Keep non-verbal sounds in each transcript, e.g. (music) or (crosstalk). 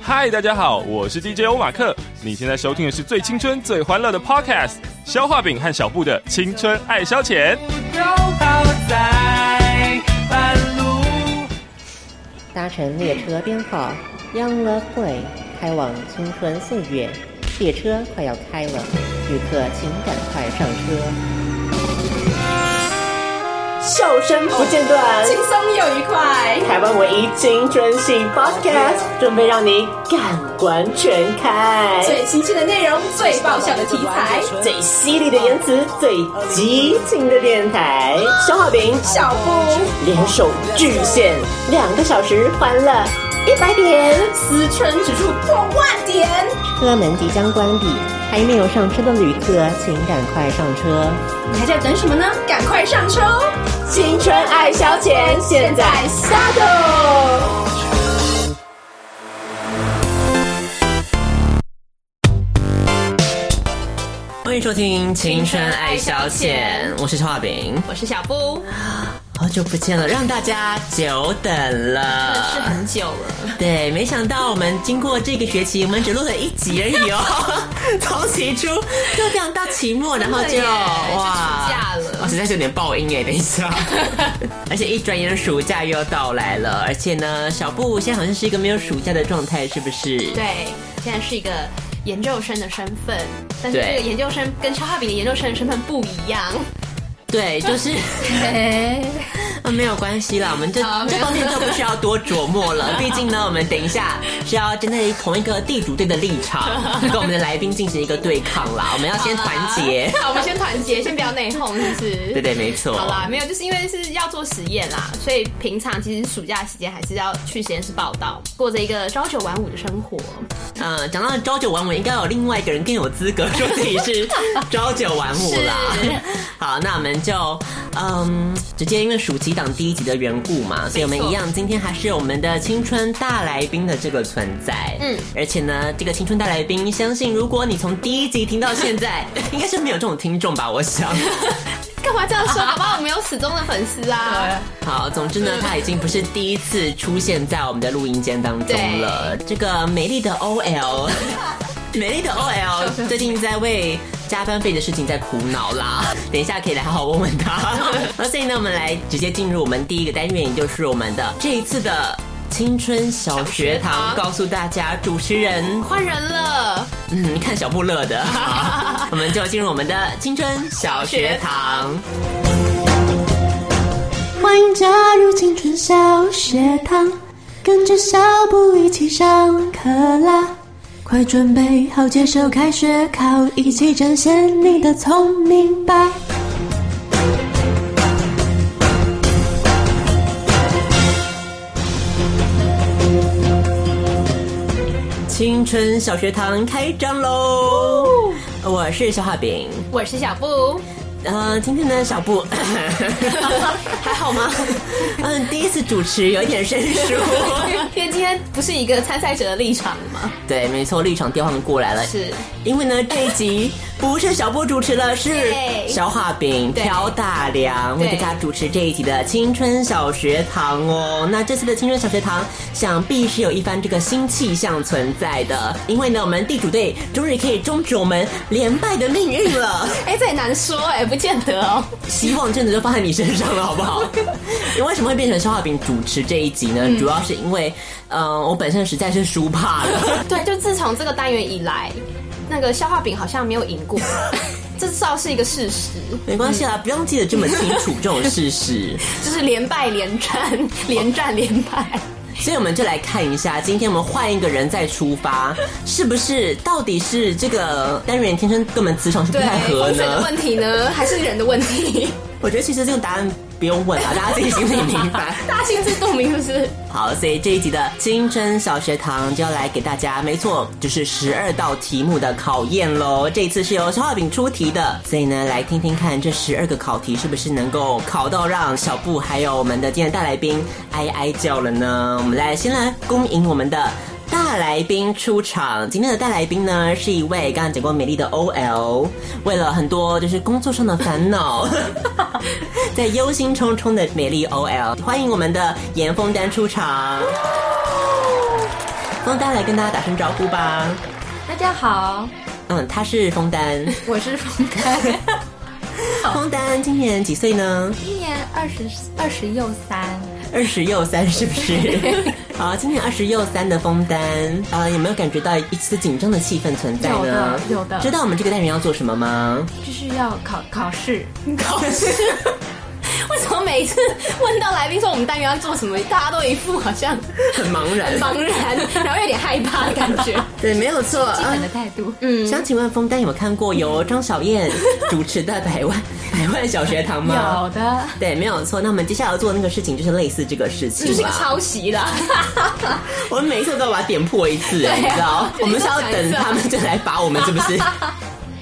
嗨，大家好，我是 DJ 欧马克，你现在收听的是最青春、最欢乐的 Podcast《消化饼和小布的青春爱消遣》。搭乘列车编号 Young Love Way 开往青春岁月，列车快要开了，旅客请赶快上车。笑声不间断，轻松又愉快。台湾唯一青春系 Podcast，准备让你感官全开。最新鲜的内容，最爆笑的题材，最犀利的言辞，最激情的电台。小好饼、小布联手巨献，两个小时欢乐一百点，思春指数破万点。车门即将关闭，还没有上车的旅客请赶快上车。你还在等什么呢？赶快上车哦！青春爱消遣，现在下头。欢迎收听《青春爱消遣》，我是画饼，我是小布，好久不见了，让大家久等是了。很久 (laughs) 了，对，没想到我们经过这个学期，我们只录了一集而已 (laughs) 哦，从起初就这样到期末，然后真的就耶哇就暑假了我实在是有点爆音哎，等一 (laughs) 下，而且一转眼暑假又要到来了，而且呢，小布现在好像是一个没有暑假的状态，是不是？对对，现在是一个研究生的身份，但是对这个研究生跟超画饼的研究生的身份不一样。对， (laughs) 就是，啊，没有关系啦，我们这好这没有方面就不需要多琢磨 (laughs) 了。毕竟呢，我们等一下是要站在同一个地主队的立场， (laughs) 跟我们的来宾进行一个对抗啦。我们要先团结。 (laughs) 好，我们先团结，先不要内讧，是不是？对对，没错。好啦，没有，就是因为是要做实验啦，所以平常其实暑假期间还是要去实验室报道，过着一个朝九晚五的生活。嗯，讲到朝九晚五，应该有另外一个人更有资格说自己是朝九晚五啦。好，那我们就嗯，直接因为暑期档第一集的缘故嘛，所以我们一样，今天还是有我们的青春大来宾的这个存在。嗯嗯，而且呢，这个青春大来宾，相信如果你从第一集听到现在， (laughs) 应该是没有这种听众吧？我想。干嘛这样说？好不好？我们有始终的粉丝啊。好，总之呢，他已经不是第一次出现在我们的录音间当中了。这个美丽的 (laughs) OL，美丽的 OL 最近在为加班费的事情在苦恼啦。 (laughs) 等一下可以来好好问问他。 (laughs) 那所以呢，我们来直接进入我们第一个单元，也就是我们的这一次的。青春小学小学堂堂告诉大家，主持人，换人了，嗯，你看小布乐 (laughs) 的， (laughs) 好我们就进入我们的青春小学堂。欢迎加入青春小学堂，跟着小布一起上课啦！快准备好接受开学考，一起展现你的聪明吧！青春小学堂开张喽！我是小画饼，我是小 (laughs) 布，呃，今天呢，小布还好吗？嗯，第一次主持有一点生疏。因为今天不是一个参赛者的立场嘛，对，没错，立场调换过来了。是因为呢，这一集不是小波主持了，是对小画饼对朴大良对为大家主持这一集的《青春小学堂》哦。那这次的《青春小学堂》想必是有一番这个新气象存在的，因为呢，我们地主队终于可以终止我们连败的命运 (laughs) 了。哎，这也难说哎、不见得哦。希望真的就放在你身上了，好不好？ (laughs) 因为为什么会变成肖化饼主持这一集呢？嗯主要是因为，呃，我本身实在是输怕 (laughs) 了。对，就自从这个单元以来，那个消化饼好像没有 (laughs) 赢过，这至少是一个事实，没关系啦，啊不用记得这么清楚这种事实。就是连败连战，连战连败。所以我们就来看一下，今天我们换一个人再出发，是不是？到底是这个单元天生跟我们磁场是不对，太合风水的呢？问题呢，还是人的问题？我觉得其实这个答案不用问了，大家自己心里明白。大家心知肚明，是不是？好，所以这一集的青春小学堂就要来给大家，没错，就是十二道题目的考验喽。这一次是由小画饼出题的，所以呢，来听听看这十二个考题是不是能够考到让小布还有我们的今天的大来宾哀哀叫了呢？我们来先来恭迎我们的。大来宾出场，今天的大来宾呢是一位刚刚讲过美丽的 OL，为了很多就是工作上的烦恼，在忧心忡忡的美丽 OL，欢迎我们的严峰丹出场。枫丹来跟大家打声招呼吧。大家好，嗯，他是枫丹，我是冯凯， (laughs) 枫丹今年几岁呢？今年二十二十又三，二十又三是不 (laughs) 是？好，今年二十又三的枫丹，呃，有没有感觉到一丝紧张的气氛存在有呢的？有的知道我们这个单元要做什么吗？就是要考考试，考试。 (laughs) 为什么每一次问到来宾说我们单元要做什么，大家都一副好像很茫然很茫然，然后有点害怕的感觉。 (laughs) 对，没有错基啊本。的态度。嗯想请问枫丹有没有看过嗯由张小 (laughs) 燕主持的《百万百万小学堂》吗？有的，对，没有错。那我们接下来要做的那个事情就是类似这个事情，就是个吧抄袭啦， (laughs) 我们每一次都要把它点破一次，啊你知 (laughs) 道？我们是要等他们就来罚我们，是不是？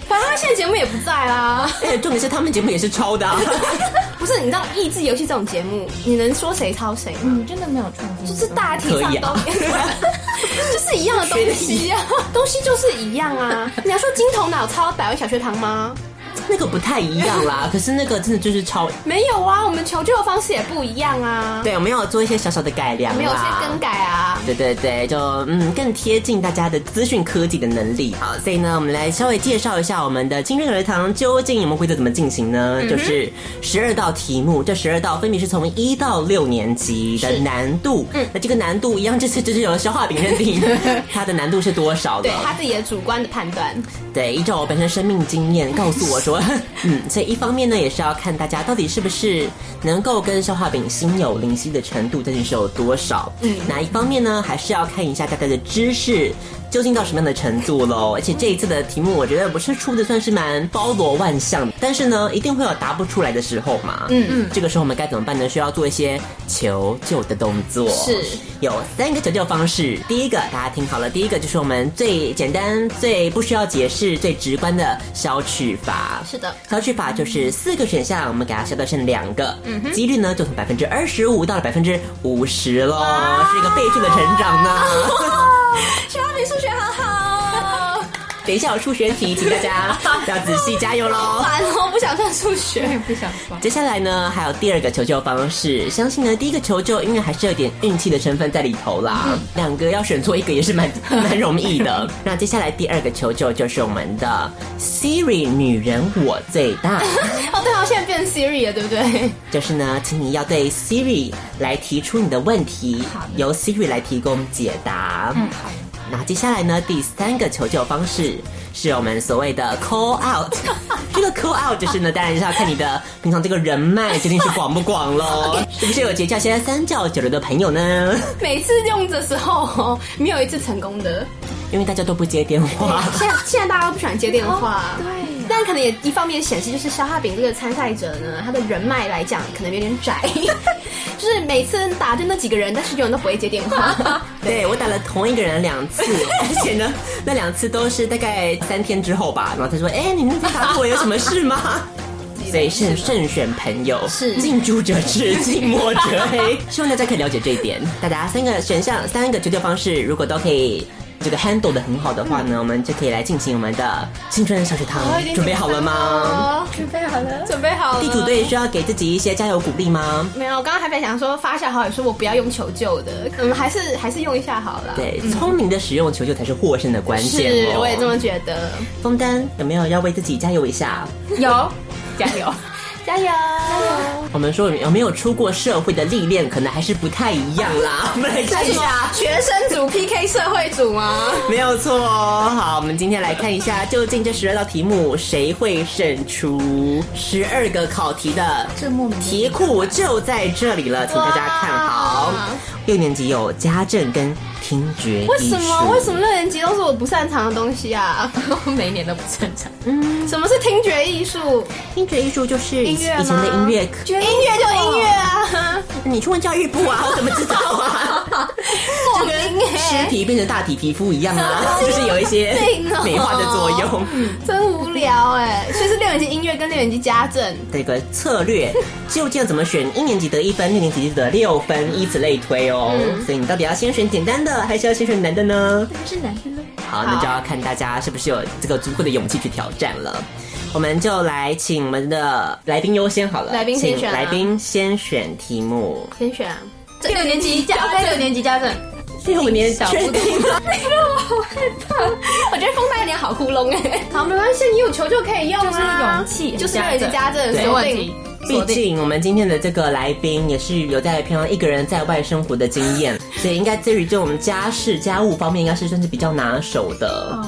反正他现在节目也不在啦。而且重点是他们节目也是抄的、啊， (laughs) 不是，你知道益智游戏这种节目，你能说谁抄谁吗？嗯，真的没有创新，就是大体上都，啊 (laughs) 就是一样的东西啊，东西就是一样啊。你要说金童脑抄百万小学堂吗？那个不太一样啦。可是那个真的就是抄，没有啊，我们求救的方式也不一样啊，对，我们要做一些小小的改良我啦，们有些更改啊。对对对，就嗯更贴近大家的资讯科技的能力。好，所以呢，我们来稍微介绍一下我们的青春学堂究竟我们规则怎么进行呢？就是十二道题目，这十二道分别是从一到六年级的难度。嗯，那这个难度一样，这次就是由消化饼认定它的难度是多少的。对他自己的主观的判断，对，依照我本身生命经验告诉我说， (laughs) 嗯，所以一方面呢，也是要看大家到底是不是能够跟消化饼心有灵犀的程度，到底是有多少。嗯，哪一方面呢，还是要看一下大家的知识究竟到什么样的程度喽。而且这一次的题目，我觉得我是出的算是蛮包罗万象，但是呢，一定会有答不出来的时候嘛。嗯嗯，这个时候我们该怎么办呢？需要做一些求救的动作。是有三个求救方式。第一个，大家听好了，第一个就是我们最简单、最不需要解释、最直观的消去法。是的，消去法就是四个选项，我们给它消掉剩两个，嗯几率呢就从百分之二十五到了百分之五十喽，是一个倍数的成长呢。 (laughs) 小花饼数学很 (laughs) 好，等一下有数学题，请大家要仔细加油喽。烦哦，不想算数 (laughs) 学。不想说。接下来呢，还有第二个求救方式。相信呢，第一个求救因为还是有点运气的成分在里头啦。两个要选错一个也是蛮蛮容易的。那接下来第二个求救就是我们的 Siri 女人我最大，哦，对啊，现在变成 Siri 了，对不对？ (laughs) 就是呢，请你要对 Siri 来提出你的问题，由 Siri 来提供解答。嗯，好。那接下来呢，第三个求救方式是我们所谓的 call (laughs) out。这个 call out 就是呢，当然是要看你的平常这个人脉究竟是广不广 (laughs) 喽，是不是有结交现在三教九流的朋友呢？ (laughs) 每次用的时候哦，没有一次成功的。因为大家都不接电话。现在现在大家都不喜欢接电话，对但可能也一方面显示，就是消化饼这个参赛者呢，他的人脉来讲可能有点 (laughs) 窄，就是每次打就那几个人，但是永远都不会接电 (laughs) 话。对我打了同一个人两 (laughs) 次，而且呢，那两次都是大概三天之后吧。然后他说：“哎、你那天打我有什么事吗？” (laughs) 所以慎慎选朋友，是近朱者赤，近墨者 (laughs) 黑。希望大家可以了解这一点。大家三个选项，三个求救方式，如果都可以这个 handle 的很好的话呢，我们就可以来进行我们的青春小学堂。准备好了吗？哦，准备好了，准备好了。地主队需要给自己一些加油鼓励吗？没有，我刚刚还本来想说发下好友说我不要用求救的，嗯，还是还是用一下好了。，对，聪明的使用求救才是获胜的关键、是哦。，我也这么觉得。枫丹有没有要为自己加油一下？ (laughs) 有，加油，加油，加油！我们说有没有出过社会的历练，可能还是不太一样 (laughs) 啦。我们来看一下，啊学生组 PK 社会组吗？没有错哦。好，我们今天来看一下，究竟这十二道题目谁会胜出？十二个考题的这莫啊名题库就在这里了，请大家看好哇。六年级有家政跟听觉为艺术什么？为什么六年级都是我不擅长的东西啊？其每年都不正常，什么是听觉艺术？听觉艺术就是以音乐吗前的音 (laughs) 乐课？音乐就音乐啊，你去问教育部啊，我怎么知道啊？ (laughs) (laughs) 破音尸哎，体变成大体皮肤一样 (laughs) 啊，就是有一些病哦嗯美化的作用。真无聊哎。所以是六年级音乐跟六年级家政，这个策 (laughs) 略究竟要怎么选？一年级得一分，六年级得六分，以此类推哦。嗯所以你到底要先选简单的，还是要先选难的呢？是男生呢？好，那就要看大家是不是有这个足够的勇气去挑战了。我们就来请我们的来宾优先好了，来宾先请选啊来宾先选题目。先选啊六年级交跟六年级家政，第五年小确不定吗？ (laughs) 我觉得风带脸好窟窿哎。好，没关系，你有球就可以用欸就是啊，勇气就是很人家加这对没锁问定题。。毕锁定竟我们今天的这个来宾也是有在平常一个人在外生活的经验，所以应该对于这种家事家务方面，应该是算是比较拿手的。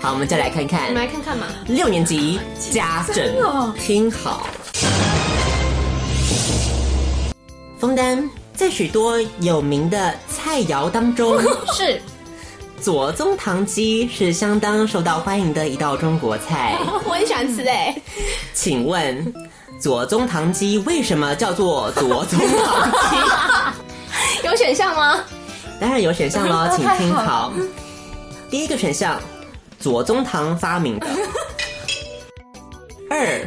好，我们再来看看我们来看看嘛，六年级家政真的哦，听好。枫丹在许多有名的菜肴当中，是左宗棠鸡是相当受到欢迎的一道中国菜。我很喜欢吃哎。请问，左宗棠鸡为什么叫做左宗棠鸡？有选项吗？当然有选项 (laughs) 哦喽，请听好。第一个选项，左宗棠发明的；二，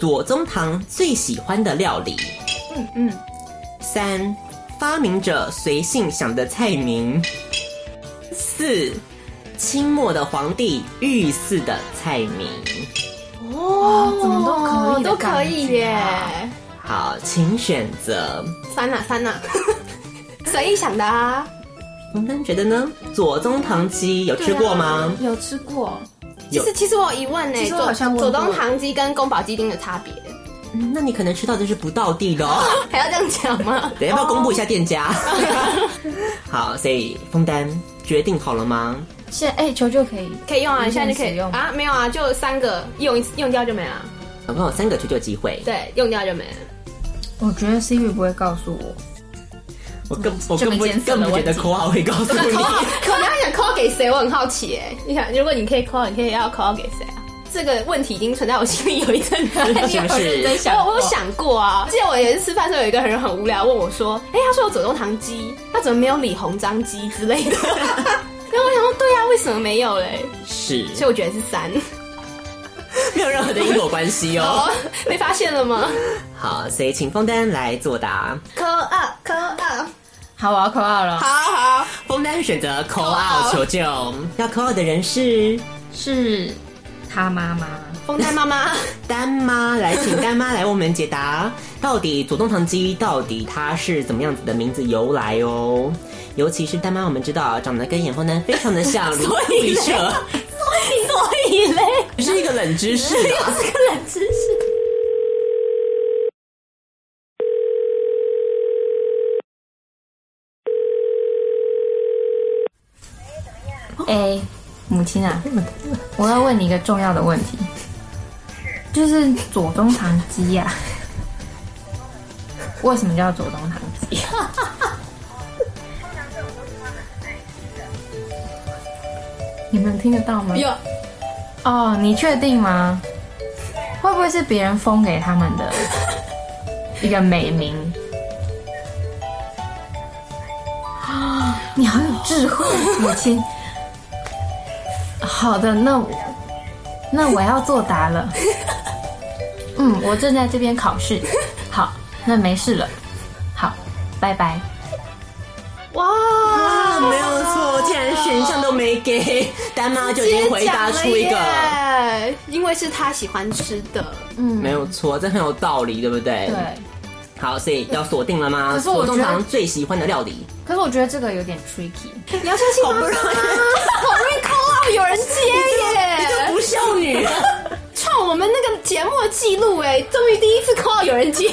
左宗棠最喜欢的料理；嗯三，发明者随性想的菜名；四，清末的皇帝御赐的菜名。哦怎么都可以的都啊可以耶。好，请选择。翻啊呐翻呐， (laughs) 随意想的啊。红丹觉得呢？左宗棠鸡有吃过吗？有吃过，其有实其实我有疑问呢，其实我左好像问左过宗棠鸡跟宫保鸡丁的差别，嗯那你可能吃到的是不到地的哦。还要这样讲吗？等一下要不要公布一下店 (laughs) 家？好，所以枫丹决定好了吗？现在哎球就可以，可以用啊，无你限现在就可使以用啊，没有啊，就三个用一次用掉就没了，总共有三个求救机会。对，用掉就 (laughs) 没了。我觉得 Siri 不会告诉我，我更我更不这么艰涩的更不觉得问题口号会告诉你。哦可能要想 call 给谁，我很好奇哎。你想，如果你可以 call，你可以要 call 给谁啊？这个问题已经存在我心里有一阵子，是不是我有我有想过啊。记得我有一次吃饭的时候，有一个人很无聊问我说：“哎、他说我左宗棠鸡，他怎么没有李鸿章鸡之 (laughs) 类的？”然后我想说，对啊，为什么没有嘞？ (laughs) (laughs) 是，所以我觉得是三。 (laughs) 没有任何的因果关系哦哦。，被发现了吗？好，所以请枫丹来作答。扣二扣二，好，我要扣二了，好好，枫丹选择 call out out 求救，要 call out 的人是是他妈妈。风太妈 (laughs) 妈，丹妈来，请丹妈来为我们解答，到底左宗棠鸡到底它是怎么样子的名字由来哦？尤其是丹妈，我们知道长得跟眼风丹非常的像，如出一辙，所以嘞，是一个冷知识啊。这个冷知识。哎，母亲啊，我要问你一个重要的问题，就是左宗棠鸡呀、为什么叫左宗棠 (laughs) 鸡？你们听得到吗？有哦，你确定吗？会不会是别人封给他们 (laughs) 的一个美名？啊，你好有智慧，母亲。好的，那我那我要作答 (laughs) 了。嗯，我正在这边考试。好，那没事了。好，拜拜。哇，啊，没有错，竟然选项都没给，丹妈就已经回答出一直个，接讲了耶，因为是他喜欢吃的，没有错，这很有道理，对不对？对，好，所以要锁定了吗？可是我左宗觉得棠最喜欢的料理，可是我觉得这个有点 tricky。你要相信妈 (laughs) 妈，好容易 call out 有人你接这耶，不孝女。创我们那个节目的记录哎，终于第一次 call out 有 (laughs) 人接，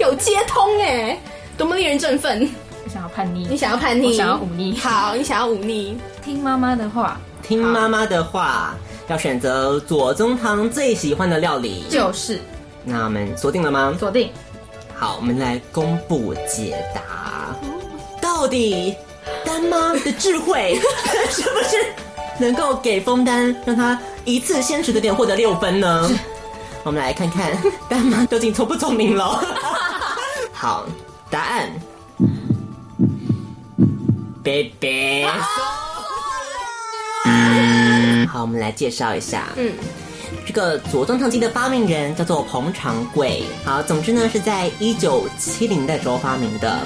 有接通哎，多么令人振奋！我想要叛逆，你想要叛逆，我想要忤逆好，你想要忤逆，听妈妈的话，听妈妈的话，要选择左宗棠最喜欢的料理。就是那我们锁定了吗？锁定。好，我们来公布解答。到底丹妈的智慧 (laughs) 是不是能够给枫丹让她一次先取得点获得六分呢？我们来看看 (laughs) 丹妈究竟聪不聪明喽。 (laughs) 好，答案。贝贝。好，我们来介绍一下。嗯。这个左宗棠鸡的发明人叫做彭长贵。好，总之呢是在一九七零代时候发明的。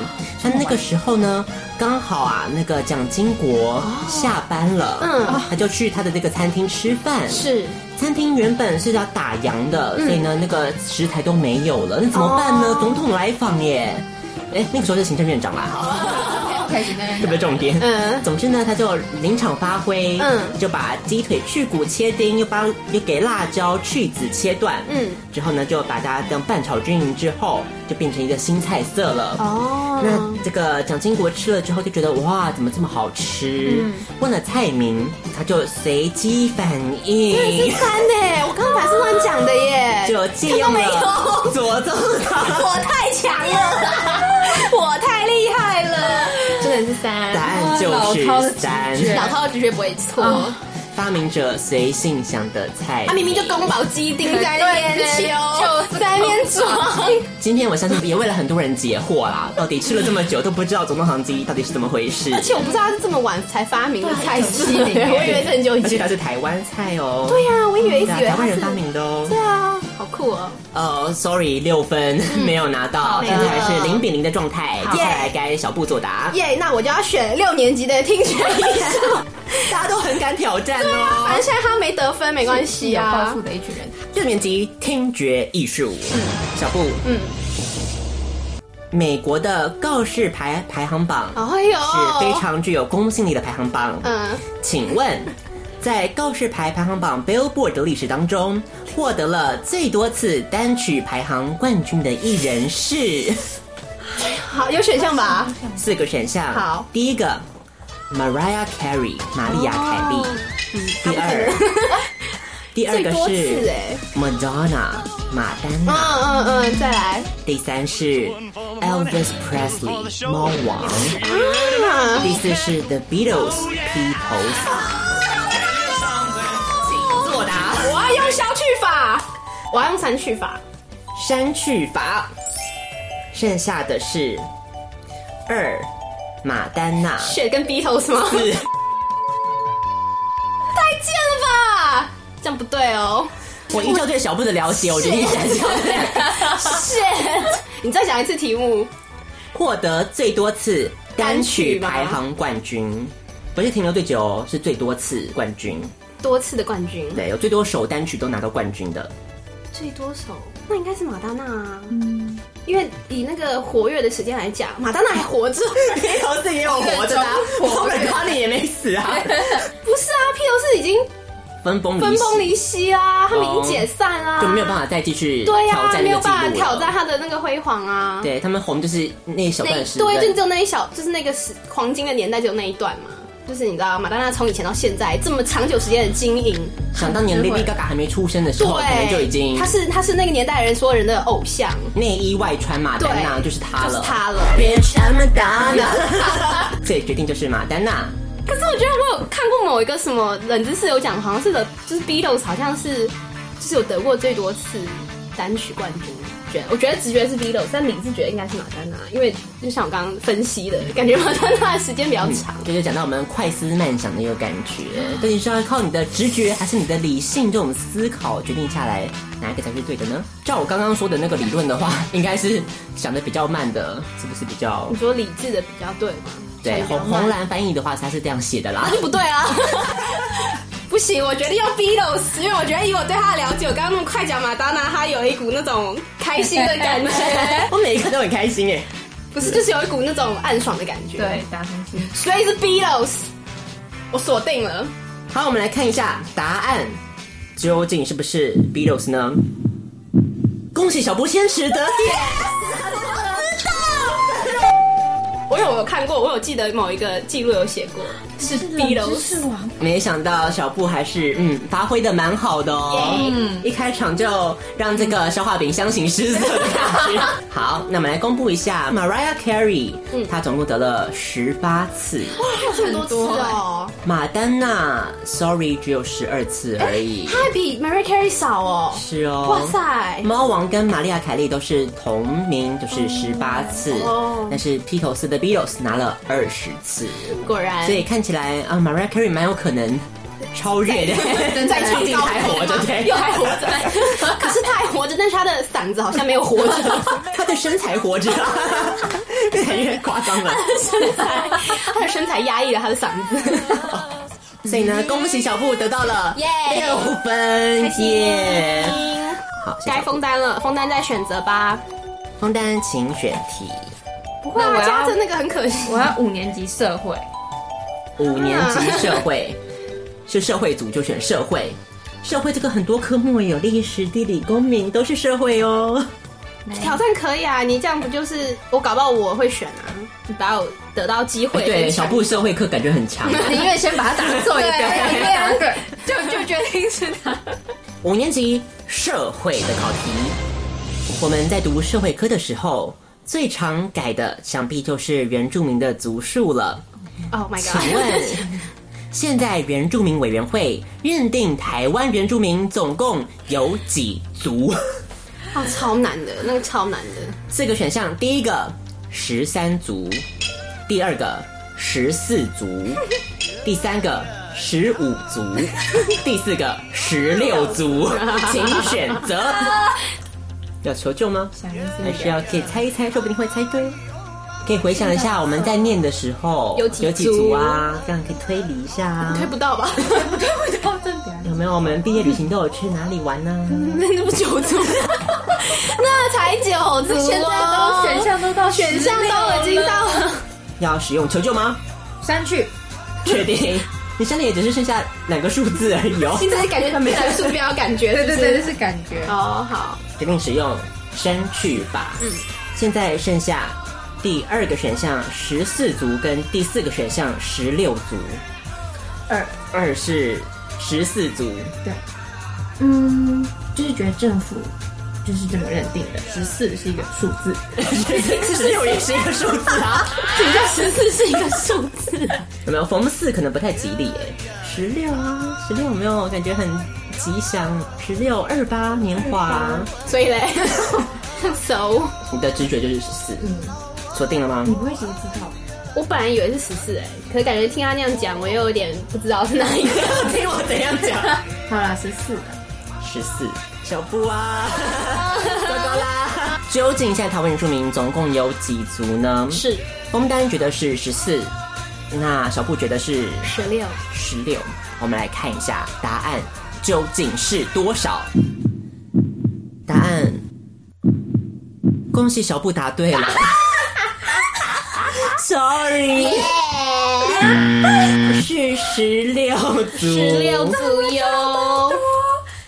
他那个时候呢，刚好啊，那个蒋经国下班了，啊嗯，他就去他的那个餐厅吃饭。是嗯餐厅原本是要打烊的，所以呢，那个食材都哦 (laughs) 没有了，那怎么办呢？总统来访耶。哎，那个时候是行政院长啦，开始在那特别重点。哦嗯总之呢，他就临场发挥，嗯就把鸡腿去骨切丁，又帮又给辣椒去籽切断，嗯，之后呢，就把它这样拌炒均匀之后，就变成一个新菜色了。哦，那这个蒋经国吃了之后就觉得哇，怎么这么好吃？嗯问了菜名，他就随机反应，三呢？我刚刚才是乱讲的 (laughs) 耶，就借看用都没有了左宗棠。我太强了， (laughs) 我太厉害了，真的是答三。案就是三，老饕的直觉不会错，发明者随性想的菜。他明明就宫保鸡丁在那边对对求，在那边装。今天我相信也为了很多人解惑啦， (laughs) 到底吃了这么久都不知道总统堂鸡到底是怎么回事，而且我不知道他是这么晚才发明的菜式，对我以为是很久以而且它是前。台湾菜哦。 (laughs) 对呀，我以为一直以对为啊台他湾人是发。明的哦对。啊，好酷哦！呃、s o r r y 六分、嗯没有拿到，现在还是零比零的状态。接下来该小布作答，耶，那我就要选六年级的听觉艺术。大家都很敢挑战哦。 (laughs) 反正现在他没得分没关系有抱啊负。的一群人。六年级听觉艺术，小布，嗯，美国的告示牌排行榜哎呦，是非常具有公信力的排行榜。嗯，请 (laughs) 问，在告示牌排行榜 Billboard 的历史当中，获得了最多次单曲排行冠军的艺人是 (laughs) 好，有选项吧？四个选项。好，哦第一个 Mariah Carey，玛丽亚凯莉。嗯第二， (laughs) 第二最个多次是哎， Madonna，马丹嗯娜。嗯嗯，再来。第三是 Elvis Presley，猫 (laughs) 王。啊第四是 The Beatles，披头士。请作答。我要用消去法，我要用删去法。删去法，剩下的是二马丹娜，选跟 Beatles 吗？太四贱了吧！这样不对哦。 (laughs) 我依照对小布的了解，我决定删掉。 Shit！你再讲一次题目。获得最多次单曲排行冠军，不是停留最久哦，是最多次冠军。多次的冠军，对，有最多首单曲都拿到冠军的。最多首，那应该是马丹娜啊。因为以那个活跃的时间来讲，马丹娜还活着。披头士也有 (laughs) 活着啊，我本康利也没死 (laughs) 啊，不是啊，披头士已经分崩离析分崩离析啊，他们已哦经解散啊，就没有办法再继续对挑啊，战没那个有记录办法了。挑战他的那个辉煌啊。对他们红就是那一小那段一时间，对，就只有那一小，就是那个时黄金的年代，只有那一段嘛。就是你知道，马丹娜从以前到现在这么长久时间的经营，想当年 Lady Gaga 还没出生的时候，可能对，就已经她是她是那个年代人所有人的偶像，内衣外穿马丹娜，对就是她就了。是她了。 Bitch, I'm (laughs) Madonna。所以决定就是马丹娜。可是我觉得我有看过某一个什么冷知识，有讲好像是的，就是 Beatles 好像是就是有得过最多次单曲冠军。觉得我觉得直觉是 Beatles，但理智觉得应该是马丹娜，因为就像我刚刚分析的，感觉马丹娜的时间比较长。这就讲到我们快思慢想的一个感觉，到底是要靠你的直觉还是你的理性这种思考决定下来哪一个才是对的呢？照我刚刚说的那个理论的话，应该是想的比较慢的，是不是比 (laughs) 较你说理智的比较对吗？对？红红蓝翻译的话，它是这样写的啦那。就不对啊！不行，我决定用 Beatles，因为我觉得以我对他的了解，我刚刚那么快讲马丹娜，他有一股那种开心的 (laughs) 感觉，我每一个都很开心哎，不是，就是有一股那种暗爽的感觉。，对，打分心。所以是 Beatles，我锁定了。好，我们来看一下答案究竟是不是 Beatles 呢？恭喜小布先持得点，我有我有看过，我有记得某一个记录有写过是 Beatles，是王，没想到小布还是嗯发挥的蛮好的哦，嗯，一开场就让这个消化饼相形失色的感觉。 (laughs) 好，那我们来公布一下 Mariah Carey，她嗯总共得了十八次，这么多次哦，马丹娜 Sorry 只有十二次而已，他还比 Mary Carey 少哦。是哦，哎哇塞猫王跟玛丽亚凯莉都是同名，就是十八次，哦但是披头士的 Beatles 拿了二十次，果然所，以看起来啊，Mariah Carey 蛮有可能超越的，人 (laughs) 在毕竟还活着，对，又还活着，可是他还活着，但是他的嗓子好像没有活着。他的身材活着，越来越夸张 (laughs) 了。身材，他的身材压抑了他的嗓子。所以呢，恭喜小布得到了耶六分，耶！好，谢谢该封单了，封单再选择吧。封单请选题。不会，那我他啊加要着那个很可惜。我要五年级社 (laughs) 会，五年级社会 (laughs) 是社会组就选社会，社会这个很多科目哦有历史、地理、公民都是社会哦。挑战可以啊，你这样不就是我搞不好我会选啊，你把我得到机会。哦 (laughs) 对，小布社会课感觉很强。宁愿先把它打错一对个，对打啊 (laughs) 对。就就决定是他。五年级社会的考题，我们在读社会科的时候，最常改的想必就是原住民的族数了。 (laughs) Oh my 请 god！问，现在原住民委员会认定台湾原住民总共有几族？哦，超难的，那个超难的。四个选项，第一个十三族，第二个十四族，第三个十五族， (laughs) 第四个十六族，请选择。要求救吗？还是要可以猜一猜，说不定会猜对。可以回想一下我们在念的时候有几族族啊，这样可以推理一下 (laughs) 啊。推不到吧？有没有我们毕业旅行都有去哪里玩呢？那那不九族，那才九族、哦。现在都选项都到选项都已经到了，要使用求救吗？删去，确定？你身里也只是剩下两个数字而已哦。你只是感觉自然数标感觉，对对对，这是感觉。哦，好，决定使用删去法。嗯，现在剩下第二个选项十四族跟第四个选项十六族。二二是十四族，嗯，就是觉得政府就是这么认定的，十四是一个数字， (laughs) 十六也是一个数字啊。请叫十四是一个数字，有没有逢四可能不太吉利哎？十六啊，十六有没有感觉很吉祥？十六二八年华，所以嘞， (laughs) 熟。你的直觉就是十四。嗯，锁定了吗？不会谁知道？我本来以为是十四哎，可是感觉听他那样讲，我又有点不知道是哪一个。听我怎样讲？好啦，十四，十四，小布 (laughs) 啊，糟糕啦！究竟现在台湾原住民总共有几族呢？是枫丹觉得是十四，那小布觉得是十六，十六。我们来看一下答案究竟是多少？答案，恭喜小布答对 (laughs) 了。Sorry，是十六族。十六族哟。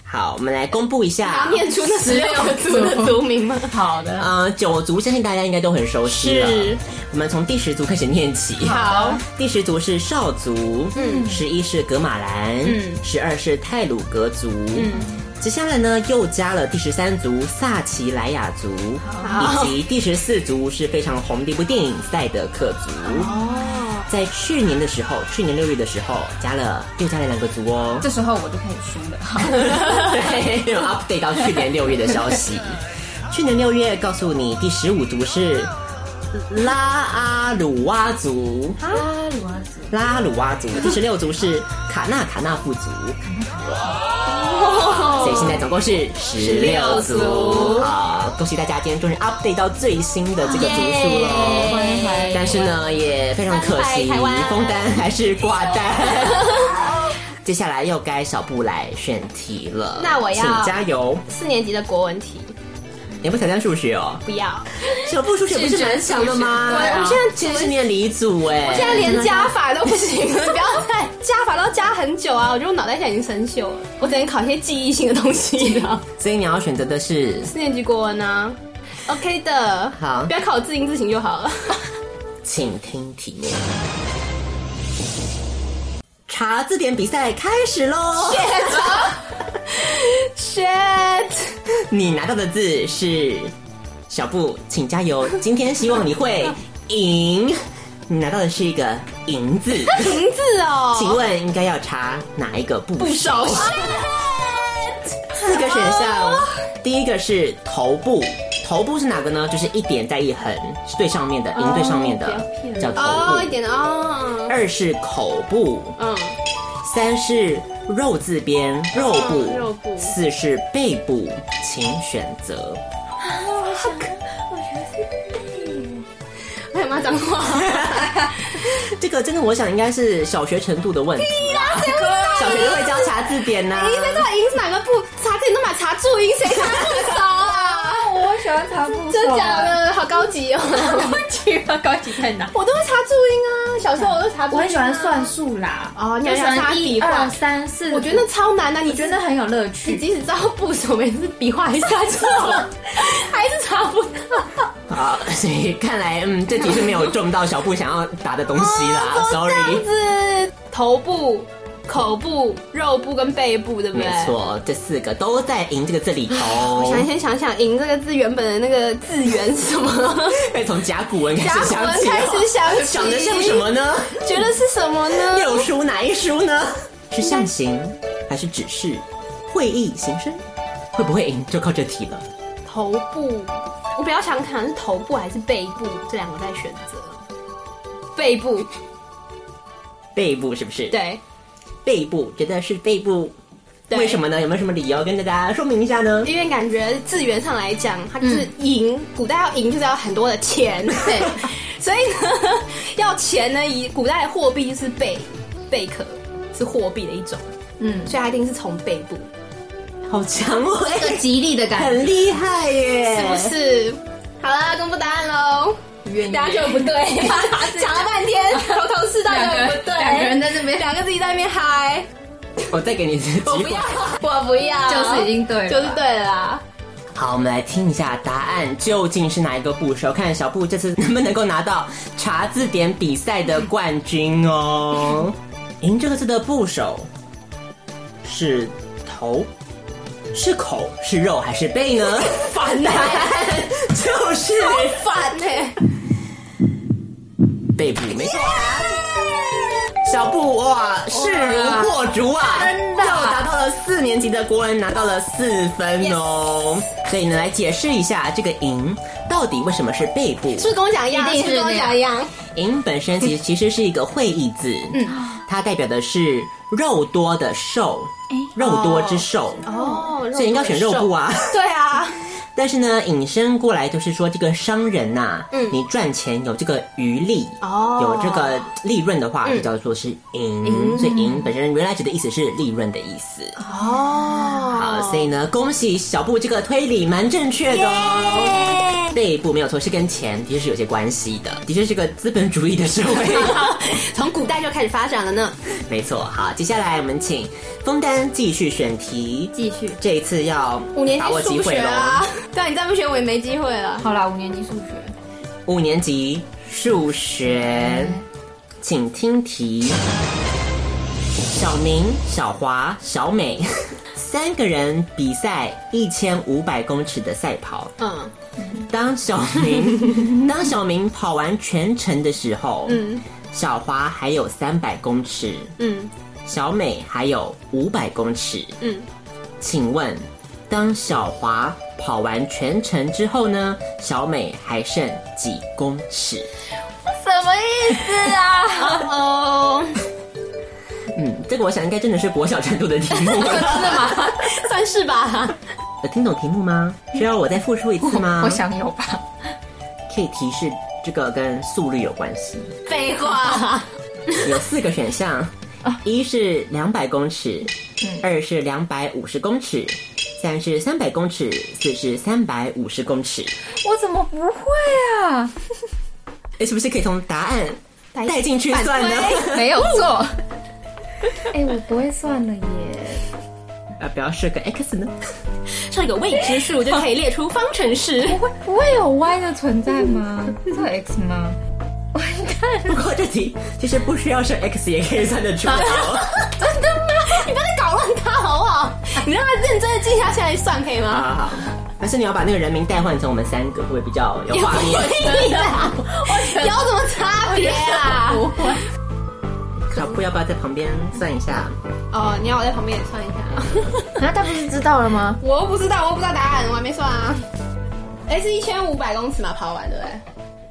好，我们来公布一下要。念出那十六个族的族名吗？好的，呃，九族相信大家应该都很熟悉了。是，我们从第十族开始念起。好，第十族是少族，嗯，十一是格马兰，嗯，十二是泰鲁格族，嗯。接下来呢，又加了第十三族萨奇莱雅族，以及第十四族是非常红的一部电影《赛德克族》。哦，在去年的时候，去年六月的时候，加了又加了两个族哦。这时候我就开始输了。好，对，有 (laughs) update 到去年六月的消息。去年六月告诉你，第十五族是拉阿鲁哇族，啊阿鲁阿族，拉阿鲁哇族；第十六族是卡纳卡纳富族。所以现在总共是十六族。好，恭喜大家，今天终于 update 到最新的这个族数喽。但是呢，也非常可惜，拜拜台湾枫丹还是挂单。 (laughs) 接下来又该小布来选题了，那我要请加油！四年级的国文题你不挑战数学哦？不要，小布数学不是蛮强的吗？对啊我现在现在是念理组哎，我现在连加法都不行了，不要再加法都加很久啊！我觉得我脑袋现在已经生锈了，我只能考一些记忆性的东 (laughs) 西了。所以你要选择的是四年级国文呢？OK 的，好不要考字音字形就好了。请听题目。查字典比赛开始喽！ Shit，你拿到的字是小布，请加油！今天希望你会赢。你拿到的是一个“赢” (laughs) 字，名字哦，请问应该要查哪一个部不首？熟悉。四个选项，第一个是头部，头部是哪个呢？就是一点在一横，是对上面的，赢对上面的，叫头哦，一部。点的哦，二是口部，嗯，三是肉字边肉部，哦肉部四是背部，请选择。我想骂脏 (laughs) 话。这个真的，我想应该是小学程度的问题啦。小学就会教查哎字典呐、你在这音是哪个部？查字你都把查注音，谁查部首啊？我喜欢查部首，真假？的，好高级哦，好高级啊，高级在哪？我都会查注音啊，小时候我都查注我音啊。很喜欢算术啦，哦，你就很喜喜欢查欢一笔画二，三四，我觉得超难啊的，你你觉得很有乐你趣。即使知道部首，每次笔画还是查错，还是查不到。好，所以看来，嗯，这题是没有中到小布想要打的东西啊啦，sorry。是头部、口部、肉部跟背部，对不没对？。错，这四个都在“赢”这个字里头想。先想想“赢”这个字原本的那个字源是什么，可以从甲骨 (laughs) 文开甲始骨想文起哦，开始想起，长得像什？么呢？觉得是什么呢？六书哪一书呢？是象形还是指示？会意形声？会不会赢就靠这题了。头部，我比较想看是头部还是背部这两个在选择。 (laughs) 背部，背部是不是？，对，背部觉得是背部，对嗯为什么呢？有没有什么理由跟大家说明一下呢？因为感觉字源上来讲，它就是赢，古代要赢就是要很多的钱， (laughs) 对，所以呢，要钱呢，以古代的货币就是贝，贝壳是货币的一种，嗯，所以它一定是从背部，好强哦，一个吉利的感觉，很厉害耶！是不是？好了，公布答案喽。大家就有不对， (laughs) 讲了半天，头头是道就有不对，两个人在这边两个自己在那边嗨，我再给你一次我机不会要。，我不要，就是已经对了，就是对了啦。好，我们来听一下答案究竟是哪一个部首，看小布这次能不能够拿到查字典比赛的冠军 (laughs) 哦。赢这个字的部首是头，是口，是肉还是背 (laughs) 呢？烦呢、 (laughs) (laughs) 就是烦呢、欸背部，没错。小布哇，势如破竹啊！真的，又达到了四年级的国文，拿到了四分哦。所以呢，来解释一下这个“赢”到底为什么是背部？是不是跟我讲一样？一定是是不是跟我那样讲一样？银本身其实其实是一个会意字，嗯，它代表的是肉多的瘦，肉多之瘦，哦，所以应该哎选肉部啊。对啊，但是呢，引申过来就是说，这个商人呐、嗯你赚钱有这个余力，哦嗯有这个利润的话，就叫做是银。所以银本身原来指的意思是利润的意思。好，哦，所以呢，恭喜小布这个推理蛮正确的哦。背部没有错，是跟钱的确是有些关系的，的确是个资本主义的社 (laughs) 会。从古代就开始发展了呢。没错，好，接下来我们请枫丹继续选题，继续。这一次要五年把握级机数会学喽。啊，对啊，你再不选我也没机会了。好啦，五年级数学，五年级数学，请听题：小明、小华、小美三个人比赛一千五百公尺的赛跑。嗯，当小明 (laughs) 当小明跑完全程的时候，嗯小华还有三百公尺，嗯小美还有五百公尺。嗯，请问，当小华跑完全程之后呢？小美还剩几公尺？什么意思 (laughs) 啊？哦，嗯，这个我想应该真的是国小程度的题 (laughs) 目。真的吗？算是吧。有听懂题目吗？需要我再复述一次吗？我想有吧。可以提示这个跟速率有关系。废话，有四个选项，一是两百公尺，二是两百五十公尺，三是三百公尺，四是三百五十公尺。我怎么不会啊？哎，是不是可以从答案带进去算呢？没有错。 (laughs) 哎、我不会算了耶。 (laughs) 要呃不要设个 X 呢？这个未知数就可以列出方程式。不会不会有 Y 的存在吗？这有 X 吗？不过这题其实不需要设 X 也可以算得出来 (laughs) 哦。 (laughs) 真的吗？你不要再搞乱它好不 (laughs) 好？你让它认真的静下心来算可以好吗？好好，但是你要把那个人名代换成我们三个，会比较有画面。 (laughs) 有什么差别啊？小布要不要在旁边算一下？哦，你要我在旁边也算一下。然后他不是知道了吗？ (laughs) 我又不知道，我又不知道答案，我还没算啊。哎，是一千五百公尺嘛，跑完对不对？